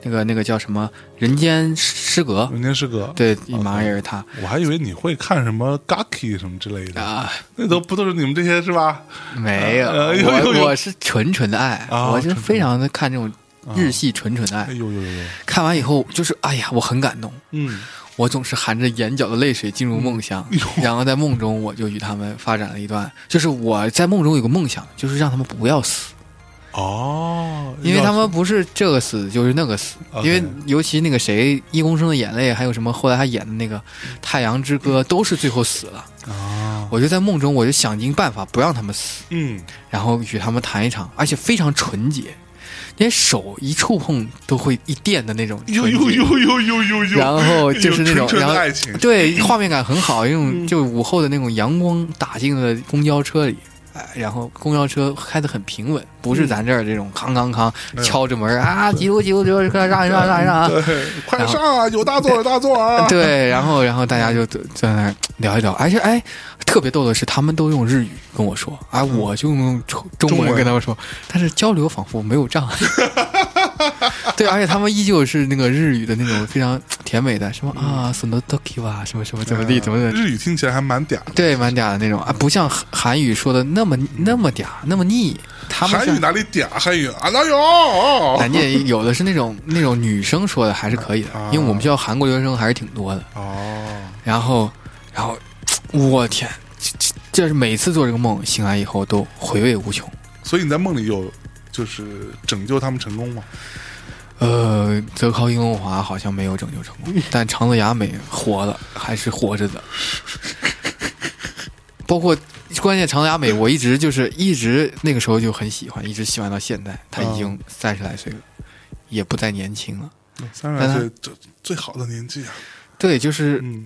那个那个叫什么《人间失格人间失格》，，对，马上也是他我还以为你会看什么 Gaki 什么之类的，啊，那都不都是你们这些是吧？ 没有，呃有有有我我是纯纯的爱，啊我就纯纯非常的看这种日系纯纯的爱，哎呦呦呦呦，看完以后就是哎呀，我很感动。嗯，我总是含着眼角的泪水进入梦 乡，然后在梦中我就与他们发展了一段，就是我在梦中有个梦想，就是让他们不要死，哦，因为他们不是这个死就是那个死， OK 因为尤其那个谁，一公升的眼泪，还有什么后来他演的那个《太阳之歌》，都是最后死了。啊，我就在梦中，我就想尽办法不让他们死，嗯，然后与他们谈一场，而且非常纯洁，连手一触碰都会一电的那种呦纯洁呦呦呦呦呦呦，然后就是那种有纯纯然的后爱情，对，画面感很好，那嗯种就午后的那种阳光打进了公交车里，哎，然后公交车开得很平稳，不是咱这儿这种康康康哎呦敲着门儿啊，挤住挤住挤住，快让让让让啊！对，快然后上啊，有大座有大座 啊，对，然后然后大家就嗯在在那儿聊一聊，而且哎，特别逗的是，他们都用日语跟我说，而我就用中嗯中中文文跟他们说，但是交流仿佛没 有障碍。对，而且他们依旧是那个日语的那种非常甜美的，什么嗯啊，什么 doki 哇，什么什么怎么地，怎么怎么地日语听起来还蛮嗲的。对，蛮嗲的那种啊，不像韩韩语说的那么那么嗲，那么腻。他们韩像哎语哪里嗲？韩语啊，哪有？人家有的是那种那种女生说的还是可以的啊，因为我们学校韩国留学生还是挺多的。哦，然后，然后，我天，这这这是每次做这个梦，醒来以后都回味无穷。所以你在梦里有就是拯救他们成功吗？呃，泽康英华好像没有拯救成功，但长泽雅美活了，还是活着的。包括关键长泽雅美，我一直就是一直那个时候就很喜欢，一直喜欢到现在。她已经三十来岁了，也不再年轻了。三十来嗯岁最最好的年纪啊！对，就是嗯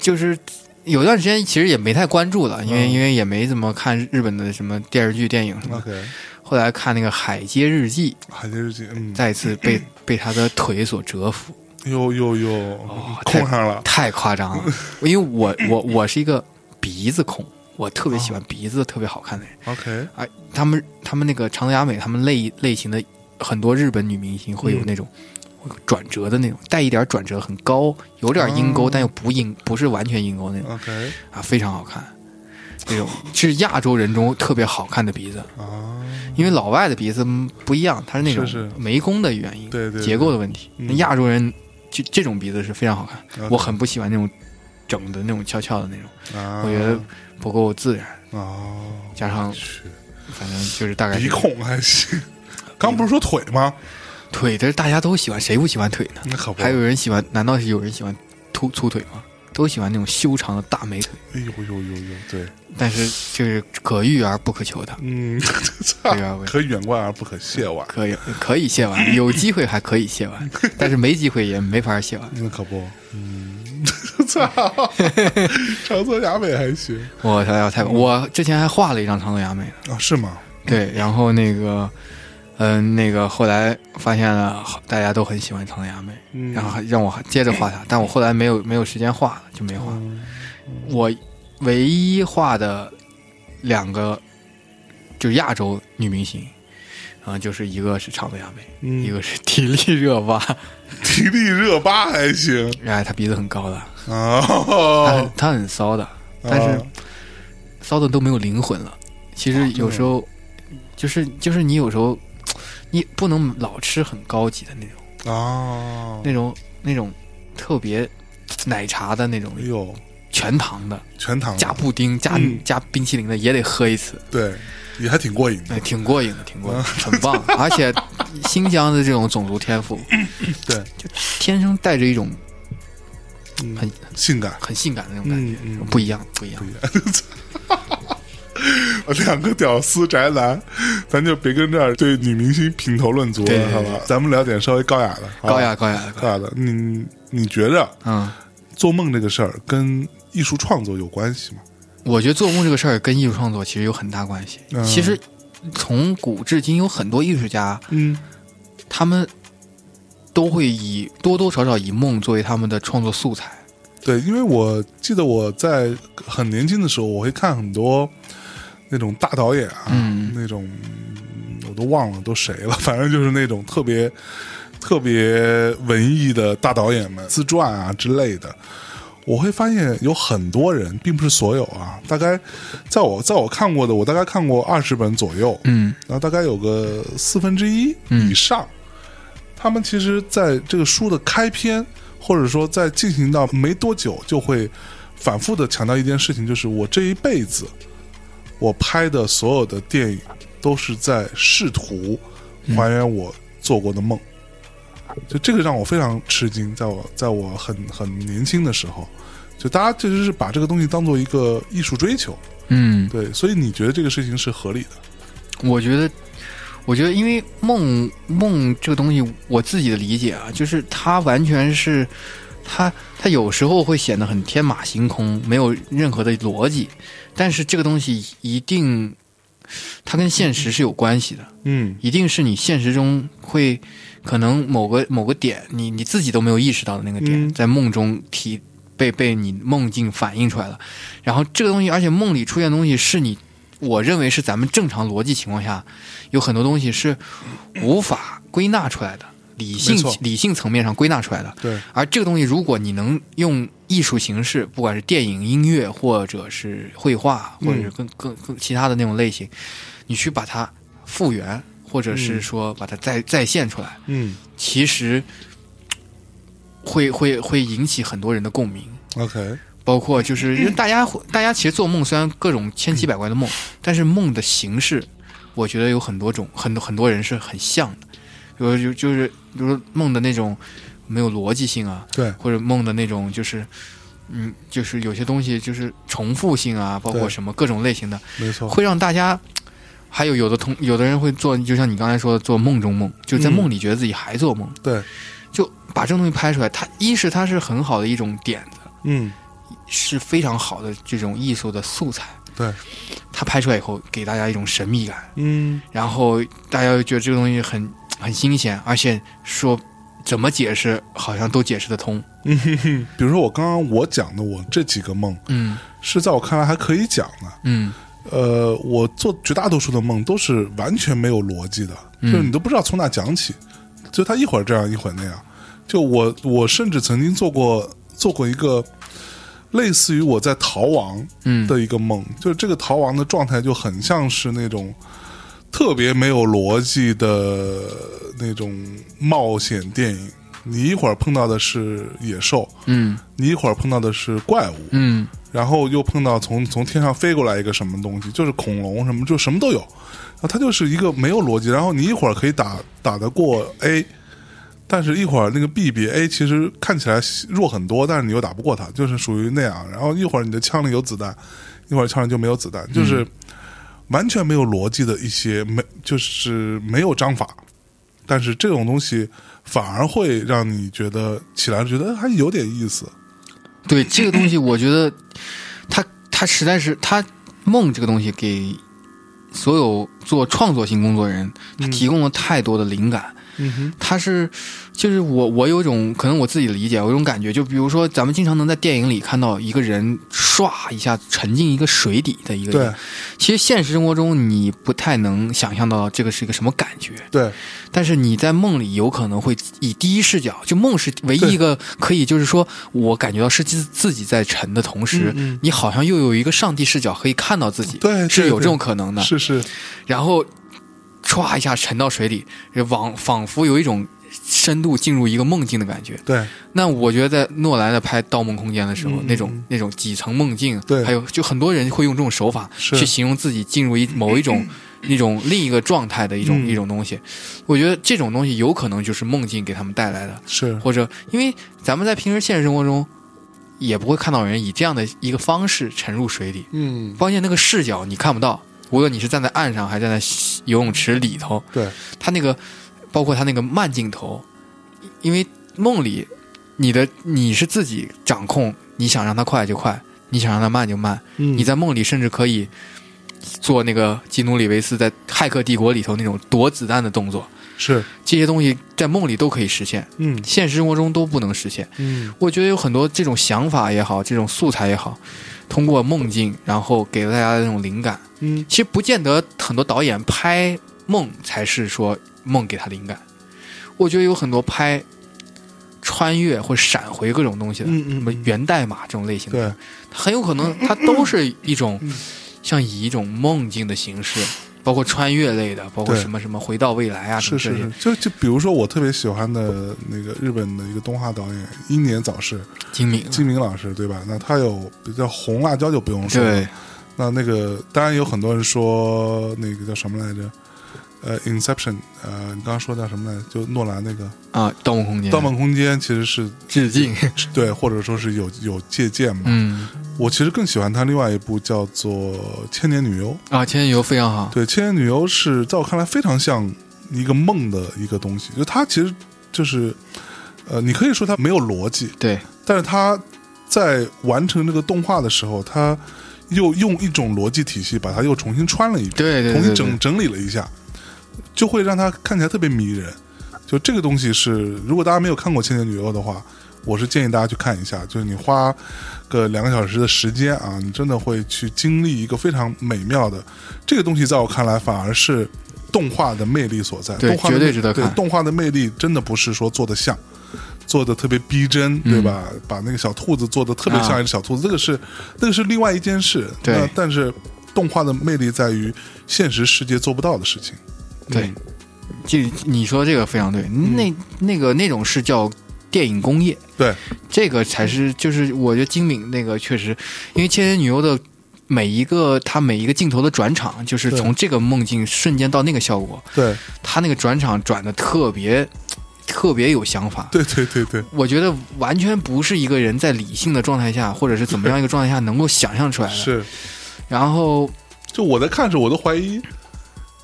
就是有段时间其实也没太关注了，因为嗯因为也没怎么看日本的什么电视剧、电影什么的。 ，OK，后来看那个《海街日记海街日记，嗯》，，再一次 被被他的腿所折服，哟哟哟，哦控上了，太夸张了。因为我我 我是一个鼻子控，我特别喜欢鼻子特别好看的人。 OK，哎，他们他们那个长泽雅美，他们类类型的很多日本女明星会有嗯那种。转折的那种，带一点转折，很高，有点阴沟，哦但又不阴，不是完全阴沟那种。 OK 啊，非常好看，这种是亚洲人中特别好看的鼻子，啊，因为老外的鼻子嗯不一样，它是那种是是眉弓的原因，对对对结构的问题。嗯啊那亚洲人这这种鼻子是非常好看， OK 我很不喜欢那种整的那种翘翘的那种，啊，我觉得不够自然。哦，加上去反正就是大概鼻是控还行，刚不是说腿吗？腿，这是大家都喜欢，谁不喜欢腿呢？那可不，还有人喜欢？难道是有人喜欢粗粗腿吗？都喜欢那种修长的大美腿，哎呦呦呦呦，对，但是就是可遇而不可求 的， 嗯，可遇而不可求 可远观而不可亵玩，可以可以卸 完，有机会还可以卸完，但是没机会也没法卸完。那可不，嗯， 操，长泽雅美还行我太太，我之前还画了一张长泽雅美呢，啊，是吗？对，然后那个，嗯、那个后来发现了好大家都很喜欢长泽雅美，嗯然后还让我还接着画它，但我后来没有没有时间画了，就没画。嗯我唯一画的两个就是亚洲女明星，然后就是一个是长泽雅美，嗯 一个是迪丽热巴， 提力热巴还行哎，她鼻子很高的。他很啊，他很骚的，但是啊骚的都没有灵魂了。其哦实有时候，就是就是你有时候，你不能老吃很高级的那种，哦，那种那种特别奶茶的那种哎呦，全糖的，全糖加布丁加嗯加冰淇淋的也得喝一次，对，也还挺过瘾的，哎，挺过瘾的，挺嗯过瘾，很棒。 而且新疆的这种种族天赋，对，就天生带着一种嗯很性感，很性感的那种感觉，嗯嗯不一样，不一样。 两个屌丝宅男，咱就别跟这儿对女明星品头论足对对了，对好吧？咱们聊点稍微高雅的，好吧高雅高雅的，高高雅雅的。你你觉着嗯。做梦这个事儿跟艺术创作有关系吗？我觉得做梦这个事儿跟艺术创作其实有很大关系。嗯其实从古至今，有很多艺术家，嗯他们都会以多多少少以梦作为他们的创作素材。对，因为我记得我在很年轻的时候，我会看很多那种大导演啊，嗯那种嗯我都忘了都谁了， 反正就是那种特别特别文艺的大导演们自传啊之类的。我会发现有很多人，并不是所有啊，大概在我在我看过的，我大概看过二十本左右，嗯然后大概有个四分之一嗯以上，他们其实在这个书的开篇，或者说在进行到没多久，就会反复的强调一件事情，就是我这一辈子，我拍的所有的电影都是在试图还原我做过的梦。就这个让我非常吃惊，在我在我很很年轻的时候，就大家其实是把这个东西当做一个艺术追求，嗯，对，所以你觉得这个事情是合理的？我觉得，我觉得因为梦梦这个东西，我自己的理解啊，就是它完全是它它有时候会显得很天马行空，没有任何的逻辑，但是这个东西一定它跟现实是有关系的。嗯，一定是你现实中会可能某个某个点，你你自己都没有意识到的那个点，嗯在梦中提被被你梦境反映出来了。然后这个东西，而且梦里出现的东西是你，我认为是咱们正常逻辑情况下，有很多东西是无法归纳出来的，理性没错理性层面上归纳出来的。对，而这个东西，如果你能用艺术形式，不管是电影、音乐，或者是绘画，嗯或者是更更更其他的那种类型，你去把它复原，或者是说把它再再现出来，嗯其实会会会引起很多人的共鸣。嗯，OK，包括就是因为 大家会大家其实做梦虽然各种千奇百怪的梦，但是梦的形式，我觉得有很多种，很多很多人是很像的。比如就就是比如说梦的那种没有逻辑性啊，对，或者梦的那种就是嗯，就是有些东西就是重复性啊，包括对哦什么各种类型的，没错，会让大家。还有有的同有的人会做，就像你刚才说的，做梦中梦，就在嗯梦里觉得自己还做梦，对，就把这种东西拍出来。它一是它是很好的一种点子，嗯，是非常好的这种艺术的素材。对，它拍出来以后给大家一种神秘感，嗯，然后大家又觉得这个东西很很新鲜，而且说怎么解释好像都解释得通。嗯哼哼，比如说我刚刚我讲的我这几个梦，嗯是在我看来还可以讲的。嗯呃，我做绝大多数的梦都是完全没有逻辑的，嗯就是你都不知道从哪讲起，就他一会儿这样一会儿那样。就我我甚至曾经做过做过一个类似于我在逃亡嗯，的一个梦，就是这个逃亡的状态就很像是那种特别没有逻辑的那种冒险电影。你一会儿碰到的是野兽，嗯你一会儿碰到的是怪物，嗯然后又碰到从从天上飞过来一个什么东西，就是恐龙什么，就什么都有。然后它就是一个没有逻辑，然后你一会儿可以打打得过 A，但是一会儿那个 B 比 A 其实看起来弱很多，但是你又打不过它，就是属于那样。然后一会儿你的枪里有子弹，一会儿枪里就没有子弹，就是完全没有逻辑的一些没就是没有章法，但是这种东西反而会让你觉得起来觉得还哎有点意思。对这个东西，我觉得它它实在是它梦这个东西给所有做创作性工作人，它提供了太多的灵感。嗯哼，它是，就是我我有一种可能我自己的理解，我有一种感觉，就比如说咱们经常能在电影里看到一个人唰一下沉进一个水底的一个对人，其实现实生活中你不太能想象到这个是一个什么感觉，对。但是你在梦里有可能会以第一视角，就梦是唯对一一个可以就是说我感觉到是自自己在沉的同时，嗯嗯你好像又有一个上帝视角可以看到自己，对是对有这对种可能的，是是，然后歘一下沉到水里，往仿佛有一种深度进入一个梦境的感觉。对那我觉得在诺兰在拍《盗梦空间》的时候，嗯嗯那种嗯那种几层梦境，对还有就很多人会用这种手法是去形容自己进入一某 一种。一种另一个状态的一种、嗯一种东西，我觉得这种东西有可能就是梦境给他们带来的，是，或者因为咱们在平时现实生活中也不会看到人以这样的一个方式沉入水里，嗯，关键那个视角你看不到，无论你是站在岸上还是站在游泳池里头，对，它那个包括它那个慢镜头，因为梦里你的你是自己掌控，你想让它快就快，你想让它慢就慢，你你在梦里甚至可以做那个基努里维斯在《骇客帝国》里头那种躲子弹的动作，是，这些东西在梦里都可以实现，嗯现实生活中都不能实现。嗯，我觉得有很多这种想法也好，这种素材也好，通过梦境，然后给大家的那种灵感。嗯，其实不见得很多导演拍梦才是说梦给他灵感，我觉得有很多拍穿越或闪回各种东西的，嗯嗯什么源代码这种类型的，对，很有可能它都是一 种像以一种梦境的形式，包括穿越类的，包括对什么什么回到未来啊，什是是么这些是，就就比如说我特别喜欢的那个日本的一个动画导演英年早逝，精明，金明老师对吧？那他有比较红辣椒就不用说，对，那那个当然有很多人说那个叫什么来着？呃，Inception，呃，你刚刚说叫什么来着？就诺兰那个啊，《盗梦空间》， 《盗梦空间》，其实是致敬，对，或者说是有有借鉴嘛。嗯，我其实更喜欢他另外一部叫做《千年女优》，啊，《千年游》非常好，对，《千年女优》是在我看来非常像一个梦的一个东西，就它其实就是，呃，你可以说它没有逻辑，对，但是它在完成这个动画的时候，它又用一种逻辑体系把它又重新穿了一遍，对对重对新对整，整理了一下，就会让它看起来特别迷人。就这个东西是，如果大家没有看过《千年女优》的话，我是建议大家去看一下。就是你花个两个小时的时间啊，你真的会去经历一个非常美妙的这个东西，在我看来反而是动画的魅力所在。对动画的绝对魅值得对看动画的魅力真的不是说做的像，做的特别逼真，对吧？把那个小兔子做的特别像嗯啊一个小兔子，这个是那个是另外一件事。对那但是动画的魅力在于现实世界做不到的事情。嗯对，嗯这你说这个非常对，那那个那种是叫电影工业，对，这个才是就是我觉得精明那个确实，因为《千年女优》的每一个它每一个镜头的转场，就是对从这个梦境瞬间到那个效果，对它那个转场转的特别特别有想法。对对对对，我觉得完全不是一个人在理性的状态下，或者是怎么样一个状态下能够想象出来的。是。然后，就我在看着，我都怀疑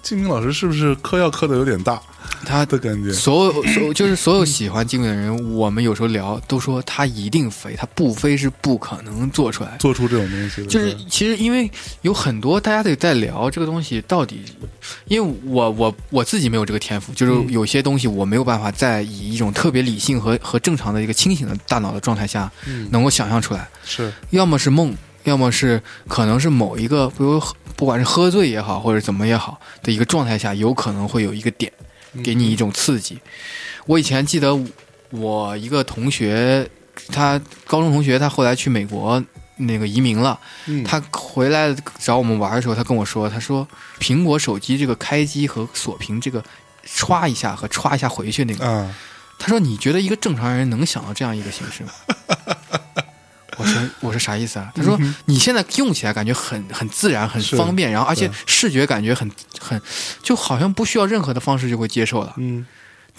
金明老师是不是嗑药嗑的有点大他的感觉。所有所有就是所有喜欢金敏的人，我们有时候聊都说他一定飞，他不飞是不可能做出来的。做出这种东西的，就是对其实因为有很多大家得在聊这个东西到底，因为我我我自己没有这个天赋，就是有些东西我没有办法在以一种特别理性和和正常的一个清醒的大脑的状态下嗯，能够想象出来，是要么是梦，要么是可能是某一个，比如喝不管是喝醉也好，或者怎么也好的一个状态下，有可能会有一个点。嗯给你一种刺激。我以前记得我一个同学，他高中同学，他后来去美国那个移民了，嗯他回来找我们玩的时候，他跟我说，他说苹果手机这个开机和锁屏这个。歘一下和歘一下回去那个，啊，他说：“你觉得一个正常人能想到这样一个形式吗？” 我说：“我说啥意思啊？”他说：“你现在用起来感觉很很自然，很嗯是啊方便，然后而且对视觉感觉很很，就好像不需要任何的方式就会接受了。嗯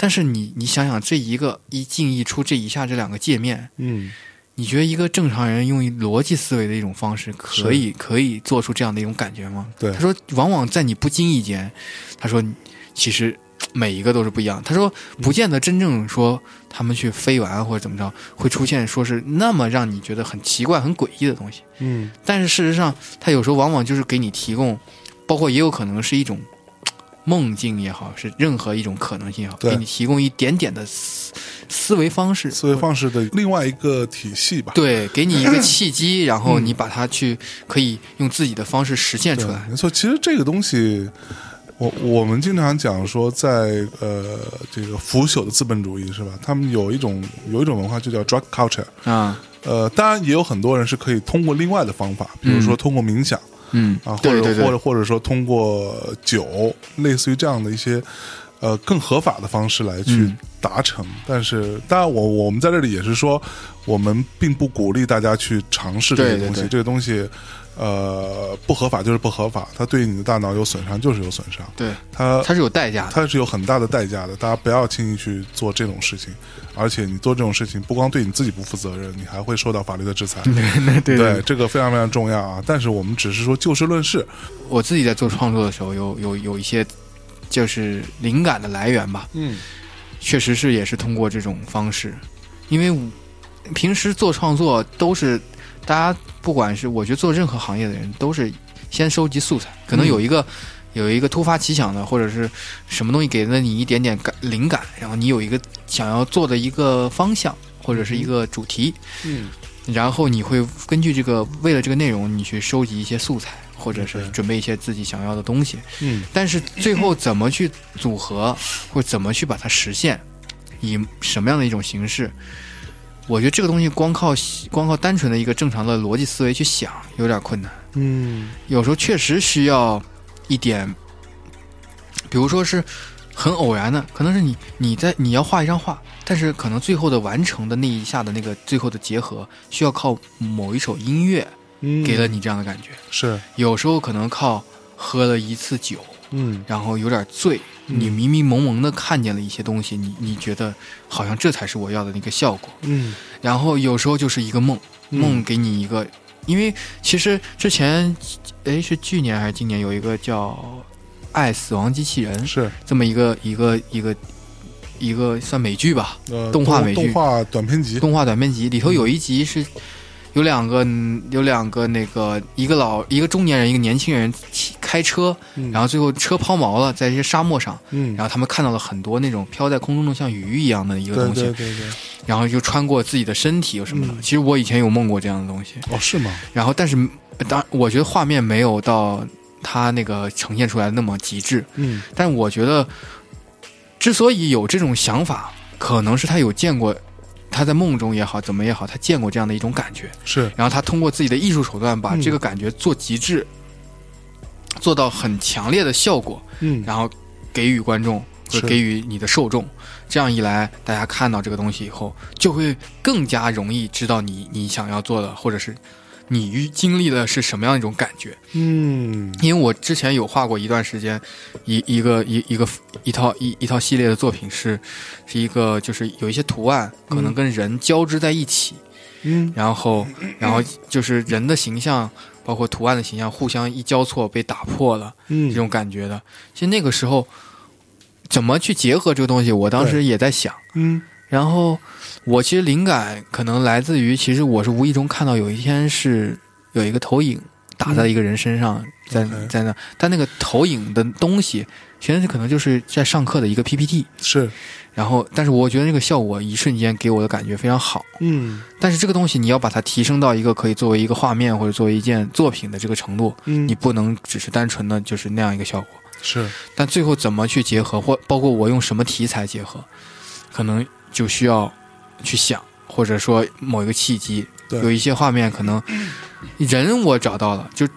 但是你你想想，这一个一进一出这一下这两个界面，嗯，你觉得一个正常人用逻辑思维的一种方式，可以可以做出这样的一种感觉吗？对他说，往往在你不经意间，他说，其实嘖每一个都是不一样。他说，不见得真正说他们去飞完或者怎么着，会出现说是那么让你觉得很奇怪、很诡异的东西。嗯但是事实上，它有时候往往就是给你提供，包括也有可能是一种嘖梦境也好，是任何一种可能性也好，对给你提供一点点的思思维方式，思维方式的另外一个体系吧。对，给你 一个契机，然后嗯你把它去可以用自己的方式实现对出来。嗯没错。其实这个东西，我我们经常讲说在，呃这个腐朽的资本主义是吧？他们有一种有一种文化就叫 drug culture。啊，呃，当然也有很多人是可以通过另外的方法，比如说通过冥想、嗯啊，或对者对或对者，或者说通过酒，类似于这样的一些呃更合法的方式来去嗯达成。但是，当然我我们在这里也是说，我们并不鼓励大家去尝试这些对对东西，对这个东西。呃，不合法就是不合法，它对你的大脑有损伤就是有损伤，对，它它是有代价的。它是有很大的代价的，大家不要轻易去做这种事情，而且你做这种事情不光对你自己不负责任，你还会受到法律的制裁。 对对对，这个非常非常重要啊！但是我们只是说就事论事，我自己在做创作的时候，有有有一些就是灵感的来源吧，嗯，确实是也是通过这种方式，因为我平时做创作都是大家不管是我觉得做任何行业的人都是先收集素材，可能嗯有一个、有一个突发奇想的，或者是什么东西给了你一点点感灵感，然后你有一个想要做的一个方向或者是一个主题，嗯，然后你会根据这个为了这个内容，你去收集一些素材，或者是对准备一些自己想要的东西。嗯，但是最后怎么去组合，或怎么去把它实现，以什么样的一种形式，我觉得这个东西光靠光靠单纯的一个正常的逻辑思维去想有点困难。嗯，有时候确实需要一点，比如说是很偶然的，可能是你你在你要画一张画，但是可能最后的完成的那一下的那个最后的结合，需要靠某一首音乐嗯给了你这样的感觉。是，有时候可能靠喝了一次酒，嗯，然后有点醉，嗯你迷迷蒙蒙的看见了一些东西，你你觉得好像这才是我要的那个效果。嗯，然后有时候就是一个梦，嗯梦给你一个，因为其实之前，哎，是去年还是今年有一个叫《爱死亡机器人》是，这么一个一个一个一个算美剧吧，呃，动画美剧动画短片集，动画短片集里头有一集是。有两个，嗯有两个那个，一个老，一个中年人，一个年轻人骑开车，嗯然后最后车抛锚了，在一些沙漠上，嗯，然后他们看到了很多那种飘在空中的像鱼一样的一个对东西，对对对，然后就穿过自己的身体有什么的。嗯其实我以前有梦过这样的东西，哦，是吗？然后但是当我觉得画面没有到它那个呈现出来那么极致，嗯，但我觉得之所以有这种想法，可能是他有见过。他在梦中也好，怎么也好，他见过这样的一种感觉，是，然后他通过自己的艺术手段把嗯这个感觉做极致，做到很强烈的效果。嗯，然后给予观众或是者给予你的受众，这样一来，大家看到这个东西以后，就会更加容易知道你你想要做的，或者是你遇经历的是什么样一种感觉。嗯因为我之前有画过一段时间，一一个一一个一套一一套系列的作品是是一个就是有一些图案可能跟人交织在一起，嗯然后然后就是人的形象包括图案的形象互相一交错被打破了嗯，这种感觉的。其实那个时候怎么去结合这个东西，我当时也在想。嗯然后我其实灵感可能来自于，其实我是无意中看到有一天是有一个投影打在一个人身上，在 OK 在那，但那个投影的东西其实可能就是在上课的一个 PPT，是然后但是我觉得这个效果一瞬间给我的感觉非常好，嗯但是这个东西你要把它提升到一个可以作为一个画面或者作为一件作品的这个程度，嗯你不能只是单纯的就是那样一个效果。是但最后怎么去结合，或包括我用什么题材结合，可能就需要去想，或者说某一个契机，对有一些画面 可能人我找到了，就主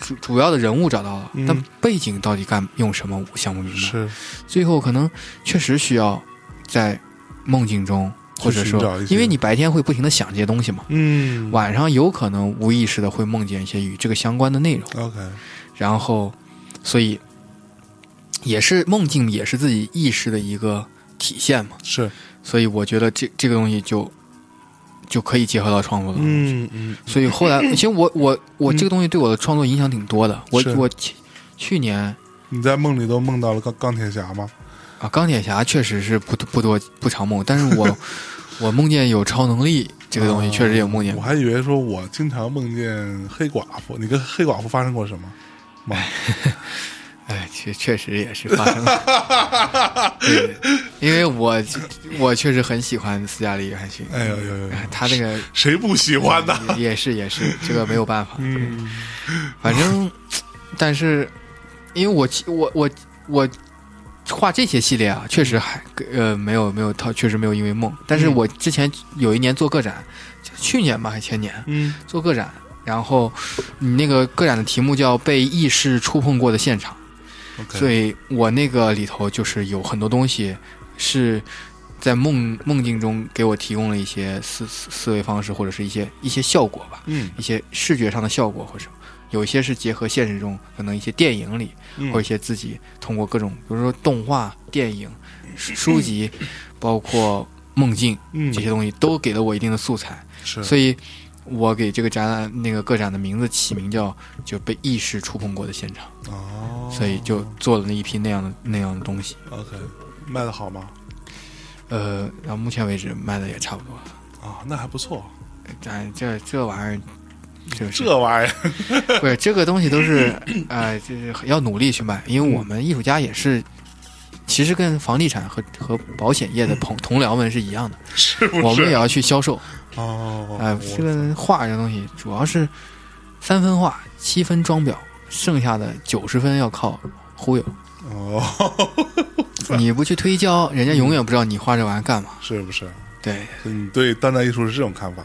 主主要的人物找到了，嗯但背景到底干用什么，我想不明白。是最后可能确实需要在梦境中，去或者寻找说一，些因为你白天会不停的想这些东西嘛，嗯晚上有可能无意识的会梦见一些与这个相关的内容。 OK 然后，所以也是梦境，也是自己意识的一个体现嘛。是所以我觉得这这个东西就就可以结合到创作了。嗯嗯所以 后来，其实我我我嗯这个东西对我的创作影响挺多的。我是我去去年你在梦里都梦到了钢钢铁侠吗？啊，钢铁侠确实是不不多不常梦，但是我 我梦见有超能力这个东西，啊确实也梦见我过。还以为说我经常梦见黑寡妇，你跟黑寡妇发生过什么？吗？哎，确确实也是发生了。 对，因为我我确实很喜欢斯嘉丽·约翰逊。哎呦呦呦呦，哎他这个谁不喜欢呢？也也是也是，这个没有办法。嗯反正，但是因为我其我我我画这些系列啊，确实还呃没有没有套，确实没有因为梦。但是嗯我之前有一年做个展，就去年吧还前年嗯做个展，然后你那个个展的题目叫“被意识触碰过的现场”， ，OK，嗯所以我那个里头就是有很多东西是。在梦梦境中给我提供了一些思思思维方式，或者是一些一些效果吧。嗯一些视觉上的效果或者什么，有一些是结合现实中可能一些电影里，嗯或者一些自己通过各种，比如说动画、电影、书书籍，包括梦境嗯这些东西，都给了我一定的素材。是所以，我给这个展览那个个展的名字起名叫“就被意识触碰过的现场哦”，，所以就做了那一批那样的那样的东西。 OK 卖的好吗？呃，然后目前为止卖的也差不多了。啊，那还不错，但这这玩意儿。就是这玩意 儿不是这个东西都是，呃，就是要努力去卖，因为我们艺术家也是，其实跟房地产和和保险业的同同僚们是一样的，是不是？我们也要去销售。哦，呃，我这个画这个东西主要是三分画，七分装裱，剩下的九十分要靠忽悠。哦， 你不去推销，人家永远不知道你画这玩意儿干嘛。是不是？对，所以你对当代艺术是这种看法？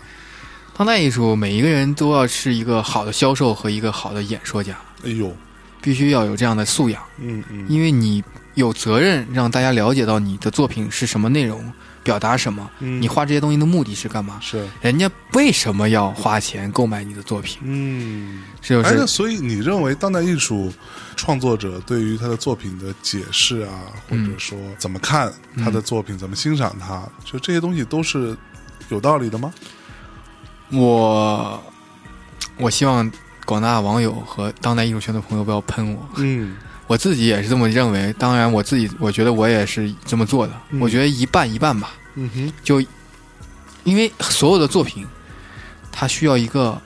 当代艺术每一个人都要是一个好的销售和一个好的演说家，哎呦，必须要有这样的素养。嗯嗯，因为你有责任让大家了解到你的作品是什么内容，表达什么，嗯你画这些东西的目的是干嘛，是人家为什么要花钱购买你的作品，嗯。是不哎，那是？所以你认为当代艺术创作者对于他的作品的解释啊，或嗯者说怎么看他的作品，怎么欣赏他，就这些东西都是有道理的吗？我我希望广大网友和当代艺术圈的朋友不要喷我，嗯我自己也是这么认为。当然，我自己我觉得我也是这么做的，嗯我觉得一半一半吧，嗯哼，就因为所有的作品，它需要一个，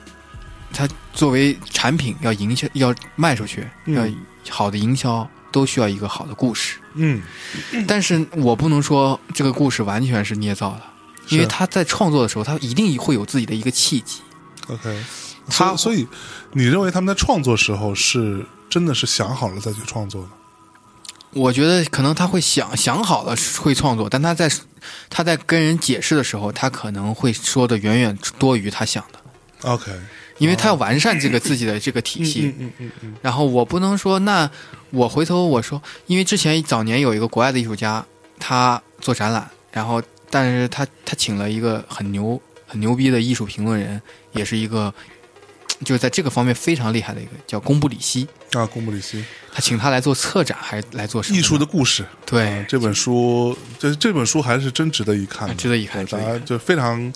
它作为产品要营销要卖出去，嗯要好的营销都需要一个好的故事。嗯，但是我不能说这个故事完全是捏造的，因为是他在创作的时候，他一定会有自己的一个契机。 OK，所他以所以你认为他们在创作时候是真的是想好了再去创作的？我觉得可能他会想想好了会创作，但他在他在跟人解释的时候，他可能会说的远远多于他想的， OK，因为他要完善这个自己的这个体系。嗯嗯嗯然后我不能说，那我回头我说，因为之前早年有一个国外的艺术家，他做展览，然后但是他他请了一个很牛很牛逼的艺术评论人，也是一个就是在这个方面非常厉害的一个叫贡布里希，啊，贡布里希他请他来做策展，还是来做什么艺术的？的故事对，这本书，这这本书还是真值得一看的，啊值得一看对值大得一家看就非常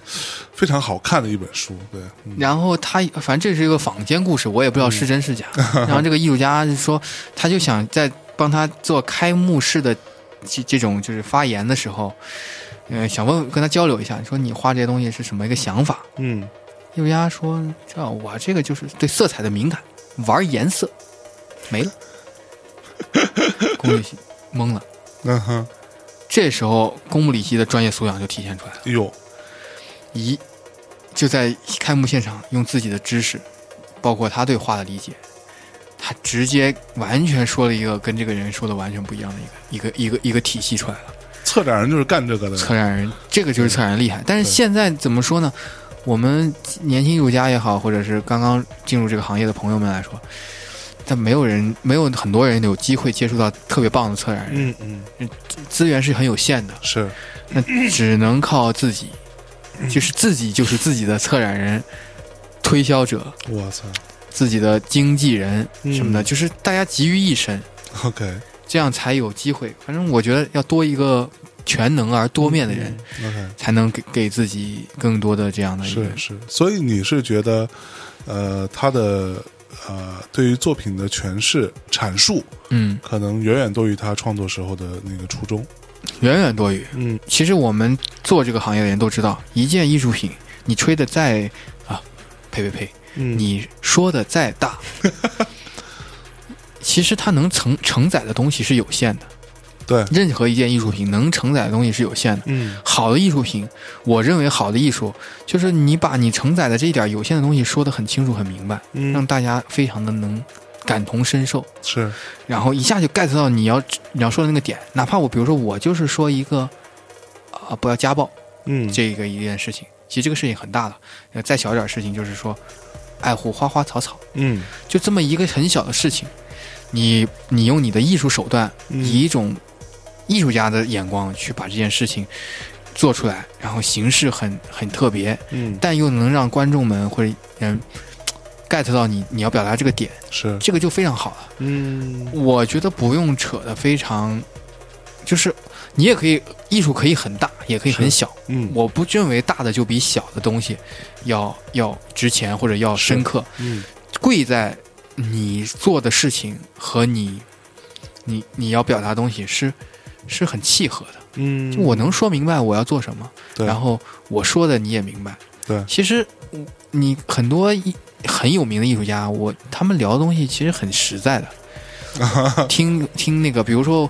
非常好看的一本书，对，嗯然后他反正这是一个坊间故事，我也不知道是真是假。然后这个艺术家就说，他就想在帮他做开幕式的这这种就是发言的时候，呃，想问跟他交流一下，说你画这些东西是什么一个想法？嗯，艺术家说，这我这个就是对色彩的敏感，玩颜色没了。 宫里希懵了。嗯哼，这时候，宫木里希的专业素养就体现出来了。哎呦，一就在开幕现场用自己的知识，包括他对画的理解，他直接完全说了一个跟这个人说的完全不一样的一个一个一个一个体系出来了。策展人就是干这个的，策展人这个就是策展人厉害，但是对现在怎么说呢？我们年轻艺术家也好，或者是刚刚进入这个行业的朋友们来说，但没有人没有很多人有机会接触到特别棒的策展人，嗯嗯，资源是很有限的。是，那 只能靠自己，嗯就是自己就是自己的策展人、推销者、我操自己的经纪人什么的，嗯就是大家集于一身， ，OK，这样才有机会。反正我觉得要多一个全能而多面的人，嗯，OK，才能给给自己更多的这样的一个是是，所以你是觉得，呃，他的呃对于作品的诠释阐述，嗯，可能远远多于他创作时候的那个初衷，远远多于。嗯其实我们做这个行业的人都知道，一件艺术品，你吹的再啊，呸呸呸，嗯你说的再 大，其实它能承承载的东西是有限的。对，任何一件艺术品能承载的东西是有限的。嗯好的艺术品，我认为好的艺术就是你把你承载的这一点有限的东西说得很清楚、很明白，让嗯，大家非常的能感同身受，是，然后一下就 get 到你要你要说的那个点。哪怕我比如说我就是说一个啊、不要家暴嗯，这个一件事情，其实这个事情很大的，呃再小一点事情就是说爱护花花草草。嗯，就这么一个很小的事情，你你用你的艺术手段，嗯以一种艺术家的眼光去把这件事情做出来，然后形式很很特别，嗯但又能让观众们或者嗯 get 到你你要表达这个点，是，这个就非常好了。嗯我觉得不用扯的非常，就是你也可以艺术可以很大，也可以很是小。嗯我不认为大的就比小的东西要要值钱或者要是深刻，嗯贵在你做的事情和你你你要表达的东西是是很契合的。嗯，就我能说明白我要做什么，对然后我说的你也明白。对其实嗯你很多艺很有名的艺术家，我他们聊的东西其实很实在的。 听听那个，比如说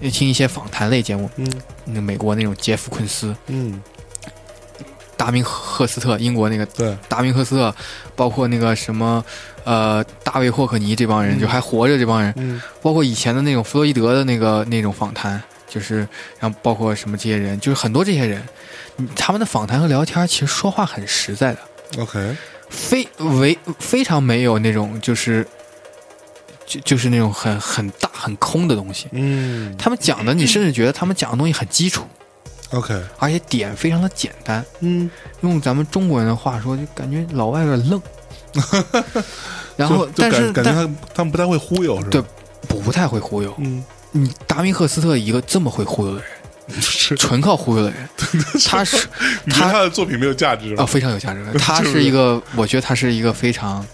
呃听一些访谈类节目，嗯那美国那种杰夫昆斯、嗯达明赫斯特，英国那个对，达明赫斯特，包括那个什么，呃，大卫霍克尼这帮人，嗯就还活着这帮人，嗯包括以前的那种弗洛伊德的那个那种访谈，就是然后包括什么这些人，就是很多这些人，你他们的访谈和聊天其实说话很实在的， OK，非为非常没有那种就是就就是那种很很大很空的东西。嗯他们讲的，你甚至觉得他们讲的东西很基础， OK，而且点非常的简单。嗯，用咱们中国人的话说，就感觉老外有点愣。 然就后，就但是感感觉但他他们不太会忽悠，是吧？对，不太会忽悠。嗯， 你达明赫斯特一个这么会忽悠的人，是，纯靠忽悠 的人，他是你觉得他的作品没有价值啊吗？非常有价值的。他 就是是一个，我觉得他是一个非常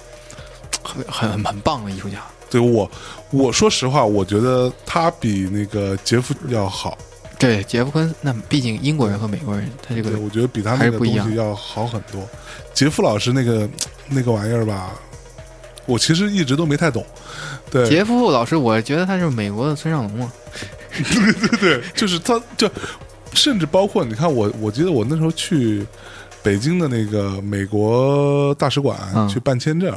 很很很棒的艺术家。对我，我说实话，我觉得他比那个杰夫要好，对，杰夫昆那毕竟英国人和美国人，他这个对，我觉得比他还那是个不一东样西要好很多。杰夫老师那个那个玩意儿吧，我其实一直都没太懂，对，杰夫老师，我觉得他是美国的村上龙嘛。 对，就是他，就甚至包括你看我，我记得我那时候去北京的那个美国大使馆嗯去办签证，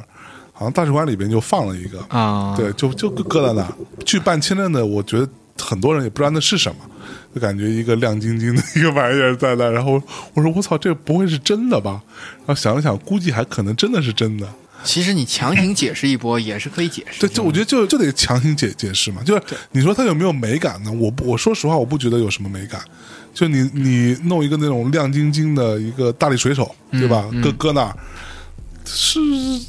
好像大使馆里边就放了一个，啊，对，就就搁在那儿去办签证的，我觉得很多人也不知道那是什么。就感觉一个亮晶晶的一个玩意儿在那儿，然后我说我操，这不会是真的吧？然后想了想，估计还可能真的是真的。其实你强行解释一波也是可以解释的。对，就我觉得就就得强行解解释嘛，就是你说它有没有美感呢？我不，我说实话，我不觉得有什么美感。就你嗯你弄一个那种亮晶晶的一个大力水手，对吧？搁搁那儿，是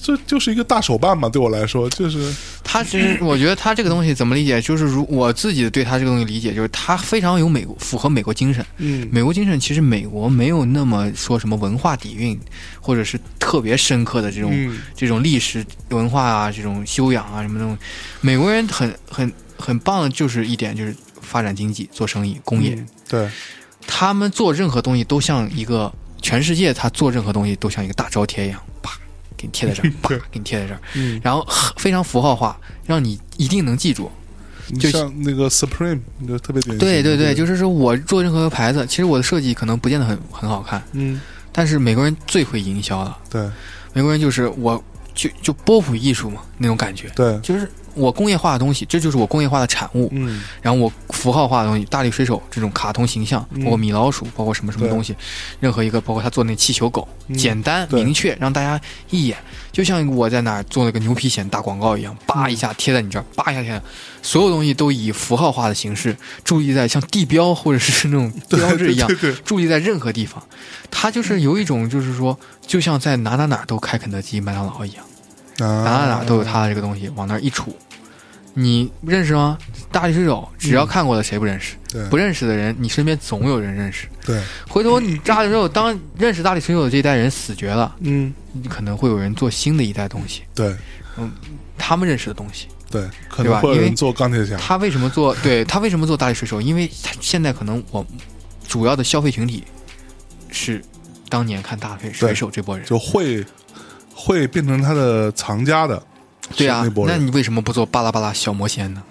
这就是一个大手办嘛，对我来说就是他其实，我觉得他这个东西怎么理解，就是如我自己对他这个东西理解，就是他非常有美国符合美国精神。嗯，美国精神其实美国没有那么说什么文化底蕴，或者是特别深刻的这种、嗯这种历史文化啊，这种修养啊什么东西。美国人很很很棒的就是一点就是发展经济、做生意、工业。嗯对，他们做任何东西都像一个全世界，他做任何东西都像一个大招贴一样，啪给你贴 在这儿，啪对给你贴在这儿，嗯，然后很非常符号化，让你一定能记住。你就像那个 Supreme 就特别典型，对对对，是就是说我做任何牌子，其实我的设计可能不见得很很好看，嗯但是美国人最会营销了。对美国人就是我就就波普艺术嘛那种感觉，对就是我工业化的东西，这就是我工业化的产物。嗯然后我符号化的东西，大力水手这种卡通形象，嗯包括米老鼠，包括什么什么对东西，任何一个，包括他做那气球狗，嗯简单对明确，让大家一眼，就像我在哪儿做了个牛皮癣打广告一样，叭嗯一下贴在你这儿，叭一下贴在，所有东西都以符号化的形式注意在像地标或者是那种标志一样对，对对注意在任何地方。它就是有一种就是说，就像在哪哪哪儿都开肯德基、麦当劳一样。对啊，哪哪哪都有他的这个东西，往那儿一杵，你认识吗？大力水手，只要看过的谁不认识？对不认识的人，你身边总有人认识。对回头你大力水手当认识大力水手的这一代人死绝了，嗯你可能会有人做新的一代东西，对他们认识的东西。对，可对吧能会有因人为做钢铁侠，他为什 么做？对他为什么做大力水手？因为他现在可能我主要的消费群体是当年看大力水手这波人。就会会变成他的藏家的，对啊是那，波那人你为什么不做巴拉巴拉小魔仙 呢？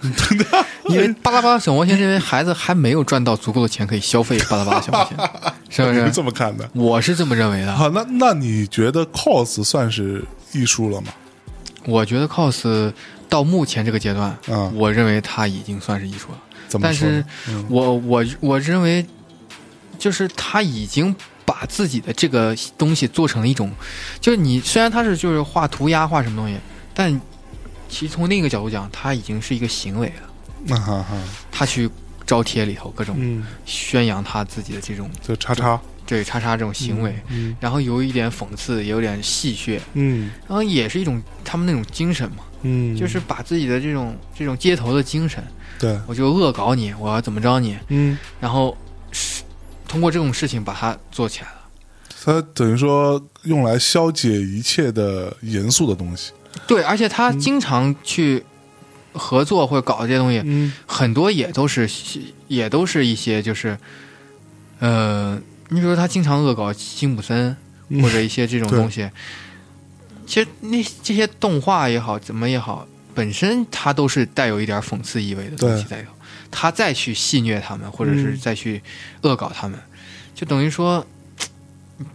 因为巴拉巴拉小魔仙这边孩子还没有赚到足够的钱可以消费巴拉巴拉小魔仙， 是不你是是？这么看的？我是这么认为的。好，那那你觉得 cos 算是艺术了吗？我觉得 cos 到目前这个阶段，啊，我认为它已经算是艺术了。怎么但说呢？是我我我认为，就是他已经把自己的这个东西做成了一种，就是你虽然他是就是画涂鸦画什么东西，但其实从另一个角度讲，它已经是一个行为了。那啊哈哈，他去招贴里头各种嗯宣扬他自己的这种就叉叉，对叉叉这种行为，嗯然后有一点讽刺，也有点戏谑，嗯然后也是一种他们那种精神嘛，嗯，就是把自己的这种这种街头的精神，对我就恶搞你，我要怎么着你，嗯然后是通过这种事情把它做起来了。它等于说用来消解一切的严肃的东西。对，而且他经常去合作或者搞这些东西，嗯很多也都是也都是一些就是，呃，你比如说他经常恶搞辛普森嗯或者一些这种对东西，其实那这些动画也好，怎么也好，本身它都是带有一点讽刺意味的东西对在里头，他再去戏谑他们，或者是嗯再去恶搞他们，就等于说。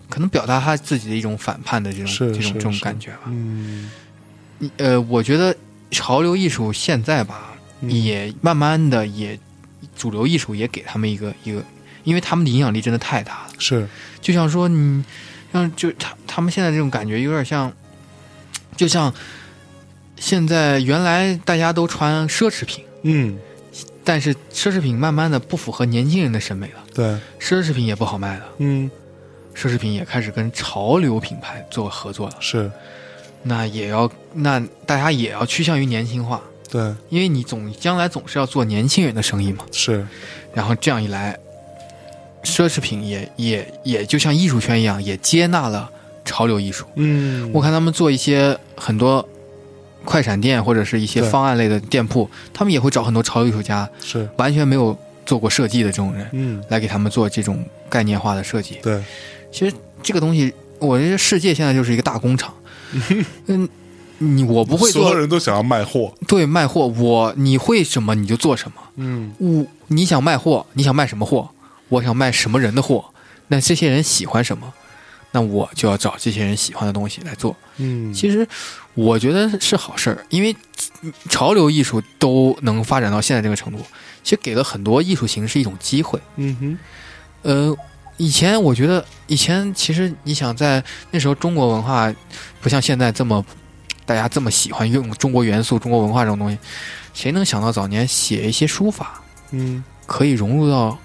可能表达他自己的一种反叛的这种是这种是这种是感觉吧。嗯你呃，我觉得潮流艺术现在吧，嗯也慢慢的也主流艺术也给他们一个一个，因为他们的影响力真的太大了。是，就像说你，像就他他们现在这种感觉有点像，就像现在原来大家都穿奢侈品，嗯但是奢侈品慢慢的不符合年轻人的审美了，对奢侈品也不好卖了，嗯奢侈品也开始跟潮流品牌做合作了，是，那也要那大家也要趋向于年轻化。对因为你总将来总是要做年轻人的生意嘛，是，然后这样一来，奢侈品也也也就像艺术圈一样，也接纳了潮流艺术。嗯，我看他们做一些很多快闪店或者是一些对方案类的店铺，他们也会找很多潮流艺术家，是，完全没有做过设计的这种人嗯来给他们做这种概念化的设计。对其实这个东西，我觉得世界现在就是一个大 工厂。嗯，你我不会所有做人都想要卖货，对卖货，我你会什么你就做什么。嗯我你想卖货，你想卖什么货？我想卖什么人的货？那这些人喜欢什么？那我就要找这些人喜欢的东西来做。嗯，其实我觉得是好事儿，因为嗯潮流艺术都能发展到现在这个程度，其实给了很多艺术形式一种机会。嗯哼呃，以前我觉得，以前其实你想在那时候中国文化不像现在这么大家这么喜欢用中国元素、中国文化这种东西，谁能想到早年写一些书法？嗯可以融入到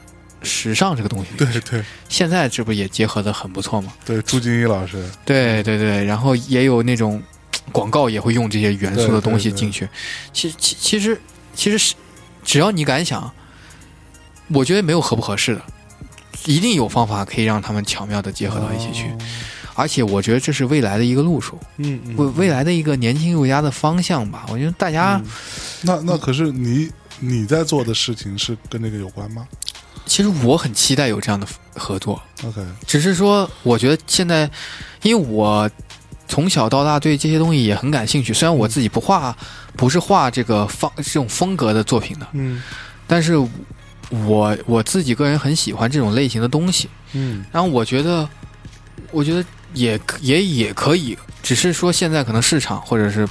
时尚这个东西。对对现在这不也结合的很不错吗？对，朱金一老师，对对对，然后也有那种嘖广告也会用这些元素的东西对对对进去。其实其其实其实是只要你敢想，我觉得没有合不合适的，一定有方法可以让他们巧妙的结合到一起去。哦，而且我觉得这是未来的一个路数，嗯嗯，未未来的一个年轻艺术家的方向吧。我觉得大家、嗯那那可是你你在做的事情是跟这个有关吗其实我很期待有这样的合作， ？OK，只是说，我觉得现在，因为我从小到大对这些东西也很感兴趣。虽然我自己不画，不是画这个方这种风格的作品的，嗯但是我我自己个人很喜欢这种类型的东西。嗯然后我觉得，我觉得也可也也可以，只是说现在可能市场或者是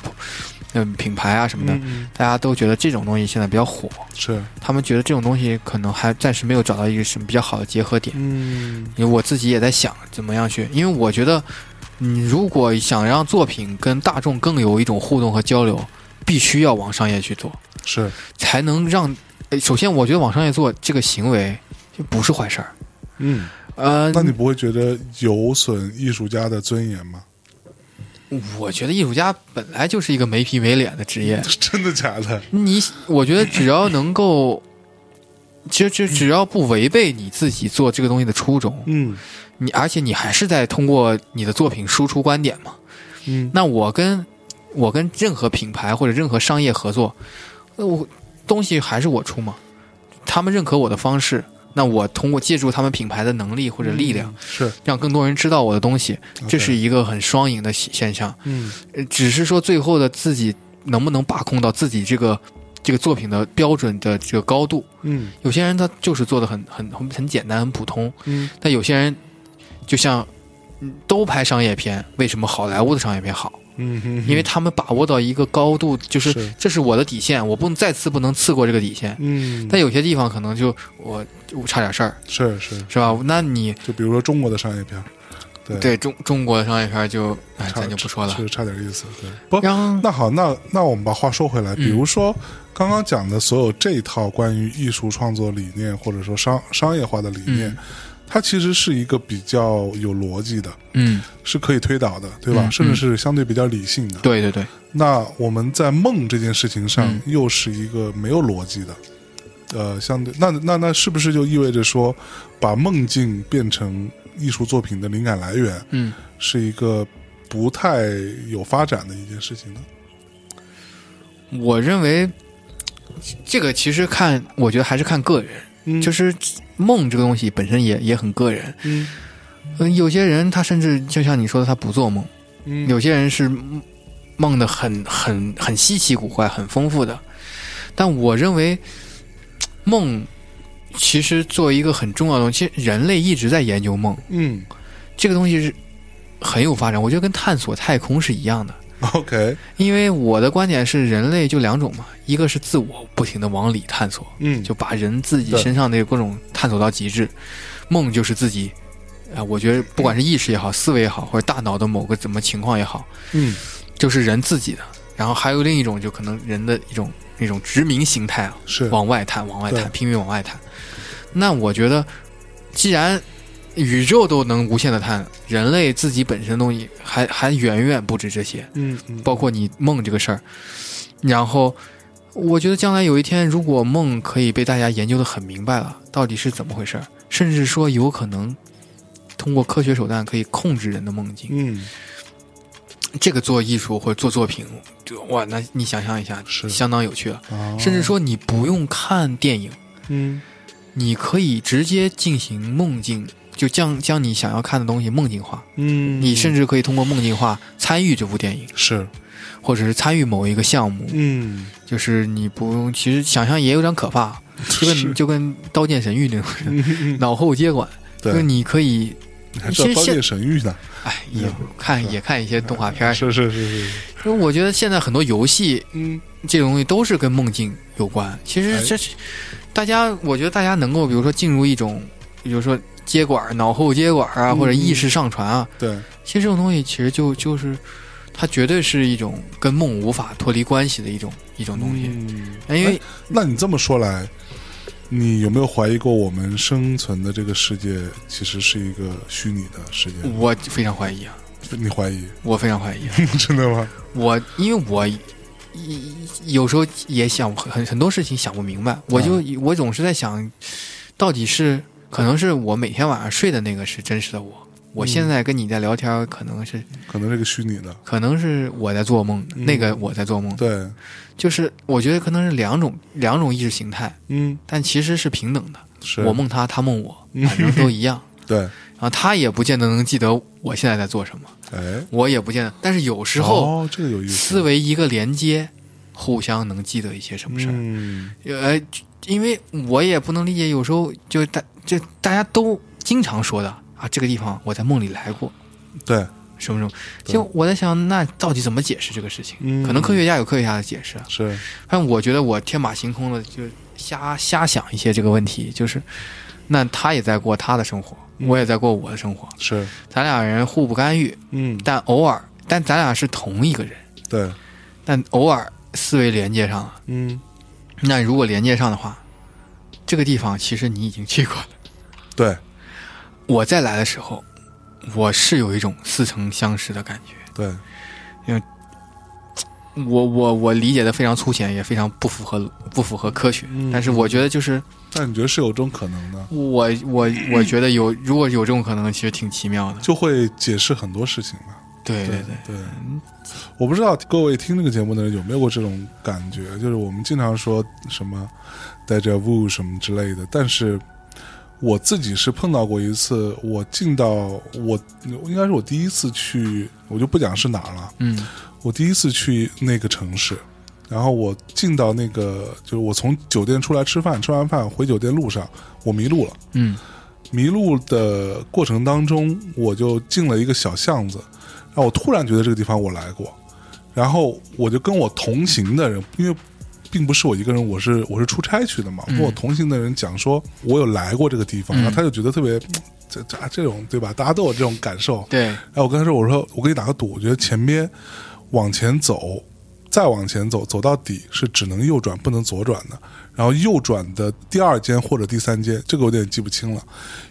嗯品牌啊什么的，嗯，大家都觉得这种东西现在比较火，是，他们觉得这种东西可能还暂时没有找到一个什么比较好的结合点。嗯因为我自己也在想怎么样去，因为我觉得，你如果想让作品跟大众更有一种互动和交流，必须要往商业去做，是，才能让。呃首先，我觉得往商业做这个行为就不是坏事儿。嗯，呃，那你不会觉得有损艺术家的尊严吗？我觉得艺术家本来就是一个没皮没脸的职业， 真的假的？你我觉得只要能够，其实只只要不违背你自己做这个东西的初衷，嗯你而且你还是在通过你的作品输出观点嘛。嗯那我跟我跟任何品牌或者任何商业合作，呃我东西还是我出嘛，他们认可我的方式，那我通过借助他们品牌的能力或者力量，是，让更多人知道我的东西，嗯这 OK 是一个很双赢的现现象。嗯呃只是说最后的自己能不能把控到自己这个这个作品的标准的这个高度，嗯有些人他就是做的很很很很简单很普通，嗯但有些人就像。嗯都拍商业片，为什么好莱坞的商业片好？嗯嗯，因为他们把握到一个高度，就是是这是我的底线，我不能再次不能刺过这个底线。嗯，但有些地方可能就我我差点事儿，是是，是吧？那你就比如说中国的商业片儿，对对中中国的商业片就哎，差咱就不说了。是差点意思，对，不。然后那好，那那我们把话说回嗯来，比如说刚刚讲的所有这一套关于艺术创作理念，或者说商商业化的理念，嗯它其实是一个比较有逻辑的，嗯，是可以推导的，对吧？嗯甚至是相对比较理性的。对对对，那我们在梦这件事情上嗯，又是一个没有逻辑的，呃，相对那那那是不是就意味着说，把梦境变成艺术作品的灵感来源，嗯，是一个不太有发展的一件事情呢？嗯我认为这个其实看，我觉得还是看个人，嗯就是梦这个东西本身也也很个人。嗯嗯，有些人他甚至就像你说的，他不做梦。嗯有些人是梦梦的很很很稀奇古怪、很丰富的，但我认为梦其实作为一个很重要的东西，其实人类一直在研究梦嗯这个东西是很有发展，我觉得跟探索太空是一样的。 ，OK，因为我的观点是，人类就两种嘛，一个是自我不停的往里探索，嗯就把人自己对身上的各种探索到极致，梦就是自己，啊、我觉得不管是意识也好，思维也好，或者大脑的某个怎么情况也好，嗯就是人自己的，然后还有另一种就可能人的一种一种殖民形态啊，嗯是往外探，往外对探，拼命往外探。那我觉得，既然宇宙都能无限的探，人类自己本身的东西还还远远不止这些，嗯嗯包括你梦这个事儿。然后，我觉得将来有一天，如果梦可以被大家研究的很明白了，到底是怎么回事儿，甚至说有可能通过科学手段可以控制人的梦境。嗯这个做艺术或者做作品，就哇，那你想象一下，是相当有趣了。啊，甚至说你不用看电影，嗯你可以直接进行梦境，就将将你想要看的东西梦境化。嗯，你甚至可以通过梦境化参与这部电影，是或者是参与某一个项目。嗯就是你不用，其实想象也有点可怕， 就跟是就跟《刀剑神域》那种 嗯 嗯嗯脑后接管，就是对，你可以，你还知道其实刀现剑神域呢？哎，嗯也看也看一些动画片儿。是是是是，因为我觉得现在很多游戏嗯。这种东西都是跟梦境有关。其实哎这是大家，我觉得大家能够，比如说进入一种，比如说接管、脑后接管啊，嗯或者意识上传啊，对，其实这种东西其实就就是它绝对是一种跟梦无法脱离关系的一种一种东西。哎嗯因为那你这么说来，你有没有怀疑过我们生存的这个世界其实是一个虚拟的世界？我非常怀疑啊，你怀疑？ 我非常怀疑啊、真的吗？我因为我一有时候也想很很多事情想不明白，我就、嗯我总是在想，到底是可能是我每天晚上睡的那个是真实的我，我现嗯在跟你在聊天，可能是可能是个虚拟的，可能是我在做梦，嗯那个我在做梦，对，就是我觉得可能是两种两种意识形态，嗯，但其实是平等的，是嗯我梦他，他梦我，反正都一样。对，然后他也不见得能记得我现在在做什么，哎，我也不见得，但是有时候哦，这个有意思，思维一个连接，互相能记得一些什么事儿。嗯，呃，因为我也不能理解，有时候就大就大家都经常说的啊，这个地方我在梦里来过，对，什么什么。对就我在想，那到底怎么解释这个事情？嗯可能科学家有科学家的解释，啊是，但我觉得我天马行空的就瞎瞎想一些这个问题，就是那他也在过他的生活，嗯我也在过我的生活，是，咱俩人互不干预，嗯，但偶尔，但咱俩是同一个人，对，但偶尔思维连接上了。嗯，那如果连接上的话，这个地方其实你已经去过了。对，我再来的时候，我是有一种似曾相识的感觉。对，我我我理解的非常粗浅，也非常不符合不符合科学。嗯但是我觉得就是但你觉得是有这种可能的，我我我觉得有，如果有这种可能，其实挺奇妙的。就会解释很多事情吧。对对对，对，我不知道各位听这个节目的人有没有过这种感觉，就是我们经常说什么 deja vu 什么之类的，但是我自己是碰到过一次，我进到我应该是我第一次去，我就不讲是哪儿了，嗯我第一次去那个城市。然后我进到那个，就是我从酒店出来吃饭，吃完饭回酒店路上，我迷路了。嗯迷路的过程当中，我就进了一个小巷子，然后我突然觉得这个地方我来过，然后我就跟我同行的人，因为并不是我一个人，我是 我是出差去的嘛，跟我同行的人讲说，我有来过这个地方，然后他就觉得特别，嗯这这这种对吧？大家都有这种感受。对，然哎后我跟他说，我说我给你打个赌，我觉得前边往前走，再往前走，走到底是只能右转，不能左转的。然后右转的第二间或者第三间，这个有点记不清了，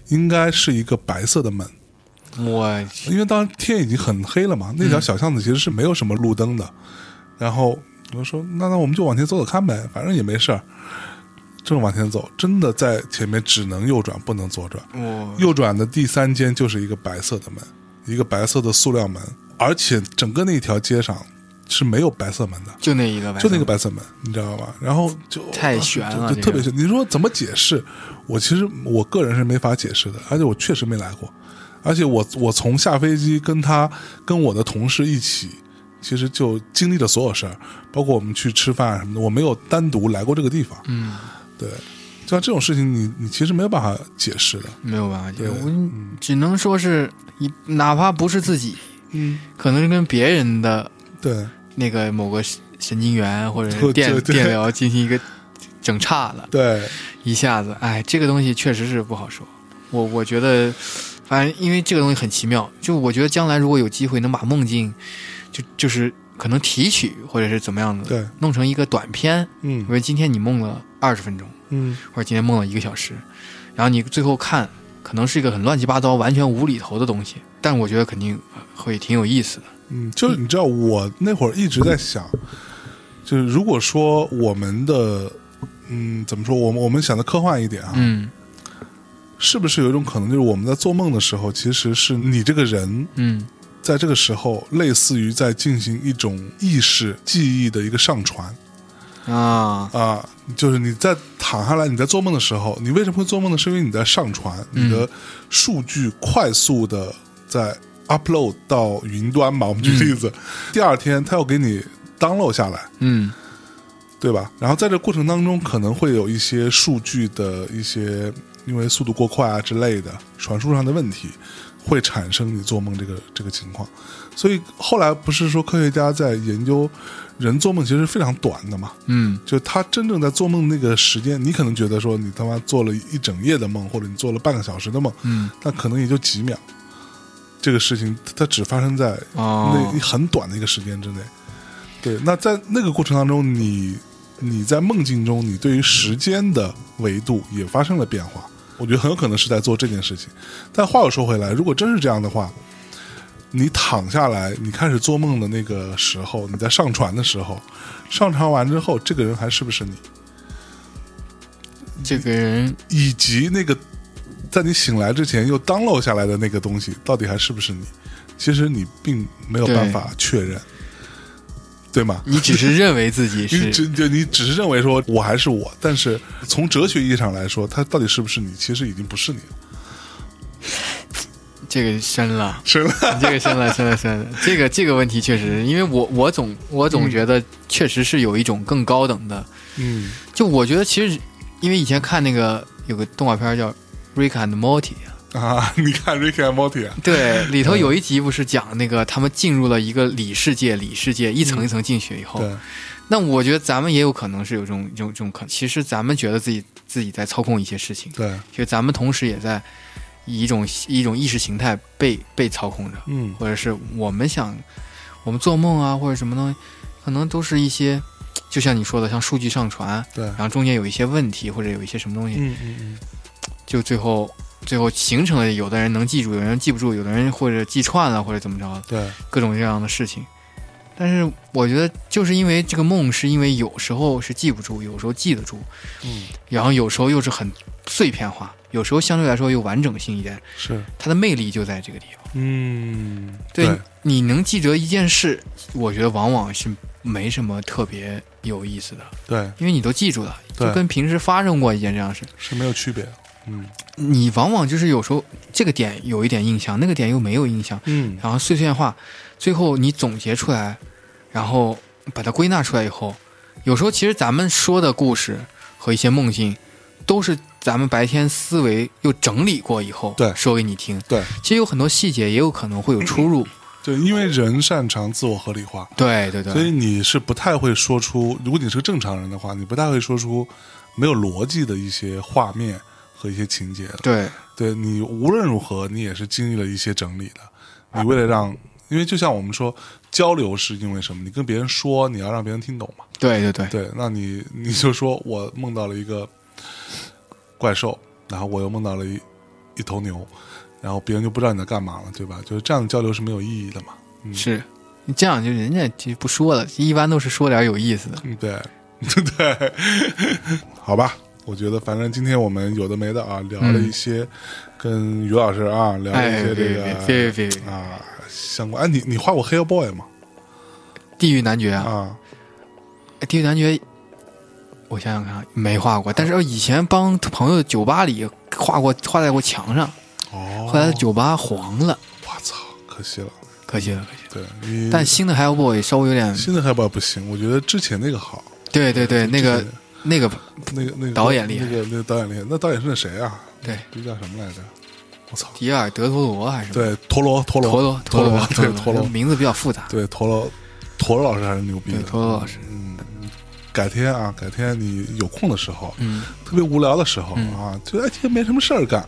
应该是一个白色的门，我因为当时天已经很黑了嘛，那条小巷子其实是没有什么路灯的。然后我说：“那那我们就往前走走看呗，反正也没事儿。”正往前走，真的在前面只能右转，不能左转。我右转的第三间就是一个白色的门，一个白色的塑料门，而且整个那条街上是没有白色门的，就那一个吧，就那个白色门，你知道吧？然后就啊太悬了就就这个特别悬。你说怎么解释？我其实我个人是没法解释的，而且我确实没来过，而且我我从下飞机跟他跟我的同事一起。其实就经历了所有事儿，包括我们去吃饭什么的，我没有单独来过这个地方。嗯，对，像这种事情你，你其实没有办法解释的。没有办法解对释，我只能说是一，哪怕不是自己，嗯，可能是跟别人的对，那个某个神神经元或者对是电对对电疗进行一个整岔了，对，一下子，哎，这个东西确实是不好说。我我觉得，反正因为这个东西很奇妙，就我觉得将来如果有机会能把梦境，就就是可能提取或者是怎么样的，对，弄成一个短片，嗯比如今天你梦了二十分钟，嗯，或者今天梦了一个小时，然后你最后看，可能是一个很乱七八糟、完全无厘头的东西，但我觉得肯定会挺有意思的。嗯，就是你知道，我那会儿一直在想，就是如果说我们的，嗯，怎么说，我们我们想的科幻一点啊，嗯是不是有一种可能，就是我们在做梦的时候，其实是你这个人嗯，在这个时候，类似于在进行一种意识记忆的一个上传啊，啊，就是你在躺下来，你在做梦的时候，你为什么会做梦呢？是因为你在上传，嗯你的数据快速的在 upload 到云端嘛。我们举例子，第二天他要给你 download 下来，嗯对吧？然后在这过程当中，可能会有一些数据的一些因为速度过快啊之类的传输上的问题，会产生你做梦这个这个情况。所以后来不是说科学家在研究人做梦其实是非常短的嘛，嗯就他真正在做梦那个时间，你可能觉得说你他妈做了一整夜的梦，或者你做了半个小时的梦，嗯，那可能也就几秒。这个事情它只发生在哦那，很短的一个时间之内。对，那在那个过程当中，你你在梦境中，你对于时间的维度也发生了变化。我觉得很有可能是在做这件事情。但话又说回来，如果真是这样的话，你躺下来，你开始做梦的那个时候，你在上传的时候，上传完之后，这个人还是不是你？这个人以及那个在你醒来之前又 download 下来的那个东西，到底还是不是你？其实你并没有办法确认，对吗？你只是认为自己你是只就你只是认为说我还是我，但是从哲学意义上来说，它到底是不是你，其实已经不是你了。这个深了，是了，你这个深了，深了，深了。 这个这个问题确实，因为我我总我总觉得确实是有一种更高等的，嗯就我觉得其实因为以前看那个有个动画片叫《Rick and Morty》，啊， 你看 Ricky and Morty 啊，对，里头有一集不是讲那个他们进入了一个里世界，里世界一层一层进去以后，嗯对，那我觉得咱们也有可能是有这种这种这种可能，其实咱们觉得自己自己在操控一些事情，对，其实咱们同时也在以一种以一种意识形态被被操控着，嗯或者是我们想我们做梦啊或者什么东西，可能都是一些就像你说的，像数据上传，对，然后中间有一些问题或者有一些什么东西，嗯嗯嗯，就最后最后形成了有的人能记住，有的人记不住，有的人或者记串了或者怎么着的对，各种各样的事情。但是我觉得，就是因为这个梦，是因为有时候是记不住，有时候记得住，嗯然后有时候又是很碎片化，有时候相对来说又完整性一点。是，它的魅力就在这个地方。嗯，对，你能记得一件事，我觉得往往是没什么特别有意思的，对，因为你都记住了，对就跟平时发生过一件这样的事，是没有区别，嗯你往往就是有时候这个点有一点印象，那个点又没有印象，嗯，然后碎片化，最后你总结出来，然后把它归纳出来以后，有时候其实咱们说的故事和一些梦境，都是咱们白天思维又整理过以后，对说给你听。对，其实有很多细节也有可能会有出入。对，因为人擅长自我合理化，对对所以对，你是不太会说出，如果你是个正常人的话，你不太会说出没有逻辑的一些画面和一些情节的。对对你无论如何，你也是经历了一些整理的。你为了让，因为就像我们说，交流是因为什么？你跟别人说，你要让别人听懂嘛。对对对对对，那你你就说我梦到了一个怪兽，然后我又梦到了一一头牛，然后别人就不知道你在干嘛了，对吧？就是这样的交流是没有意义的嘛。嗯，是。你这样就人家就不说了，一般都是说点有意思的。嗯，对， 对，好吧。我觉得，反正今天我们有的没的啊，聊了一些跟于老师啊，聊了一嗯哎，些这别别个、别别别，啊相关。哎，你你画过《Hell Boy》吗？地狱男爵啊，啊，地狱男爵，我想想看啊，没画过，但是以前帮朋友酒吧里画过，画在过墙上，哦，后来酒吧黄了，我操，可惜了。可惜了，可惜了。对，你但新的 Hellboy 稍微有点，新的 Hellboy 不行，我觉得之前那个好。对对对，那个那个，那个那个导演厉害那个那个导演厉害。那导演是那谁啊？对，这叫什么来着？我操！迪尔德托罗还是什么对，陀螺，陀螺，陀螺陀螺陀对，陀螺，嗯名字比较复杂，对，陀螺，陀螺老师还是牛逼对的。陀螺老师，嗯，改天啊，改天你有空的时候，嗯，特别无聊的时候嗯啊，就哎，今天没什么事儿干，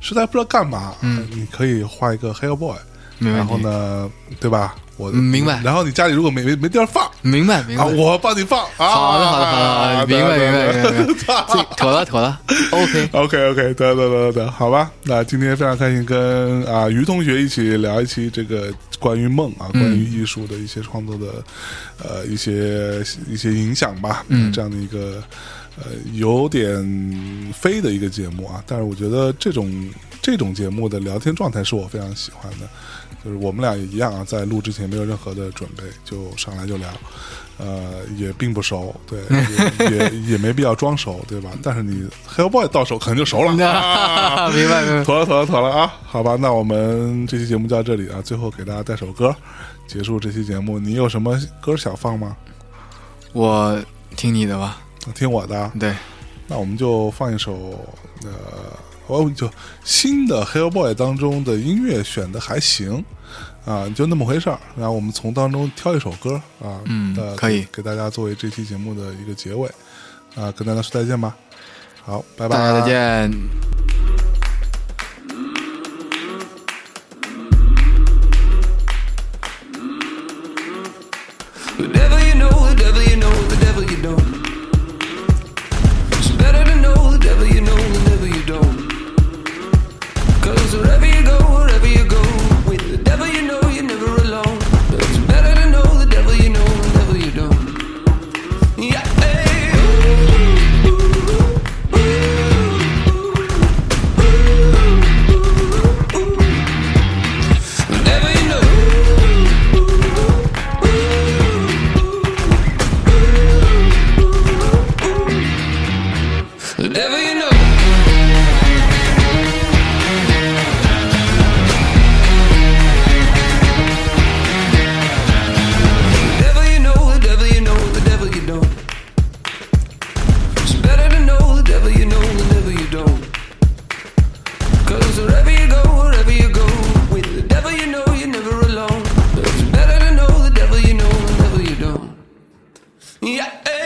实在不知道干嘛，嗯，你可以画一个 Hellboy，没然问后题，呢，对吧？我嗯明白然后你家里如果没没没地儿放明白明白啊，，我帮你放啊。啊好的好的好的，明白明白明白明 白，这妥了妥了，OK， OK OK，得得得得得，好吧。那今天非常开心跟啊于同学一起聊一期这个关于梦啊，关于艺术的一些创作的呃一些一些影响吧，啊嗯这样的一个呃有点飞的一个节目啊。但是我觉得这种这种节目的聊天状态是我非常喜欢的，就是我们俩也一样啊，在录之前没有任何的准备，就上来就聊。呃，也并不熟，对，也也也没必要装熟，对吧？但是你 Hellboy 到手可能就熟了，啊那明白明 白。妥了，妥了，妥了啊！好吧，那我们这期节目就到这里啊。最后给大家带首歌，结束这期节目。你有什么歌想放吗？我听你的吧，听我的啊，对，那我们就放一首呃，哦，就新的 Hellboy 当中的音乐选的还行啊，就那么回事儿。然后我们从当中挑一首歌啊，嗯呃可以给大家作为这期节目的一个结尾啊，跟大家说再见吧。好，拜拜，大家再见。 The devil you know, the devil you know, the devil you know. Never you know, the never you don't. Cause wherever you go, wherever you go, with the devil you know you're never alone. It's better to know the devil you know, the devil you don't. Yeah, hey. The devil you know. The devil you know. The devil you know, the devil you know, the devil you don't. It's better to know the devil you know, the devil you don't. Cause wherever you go, wherever you go, with the devil you know you're never alone. It's better to know the devil you know, the devil you don't. Yeah. eh.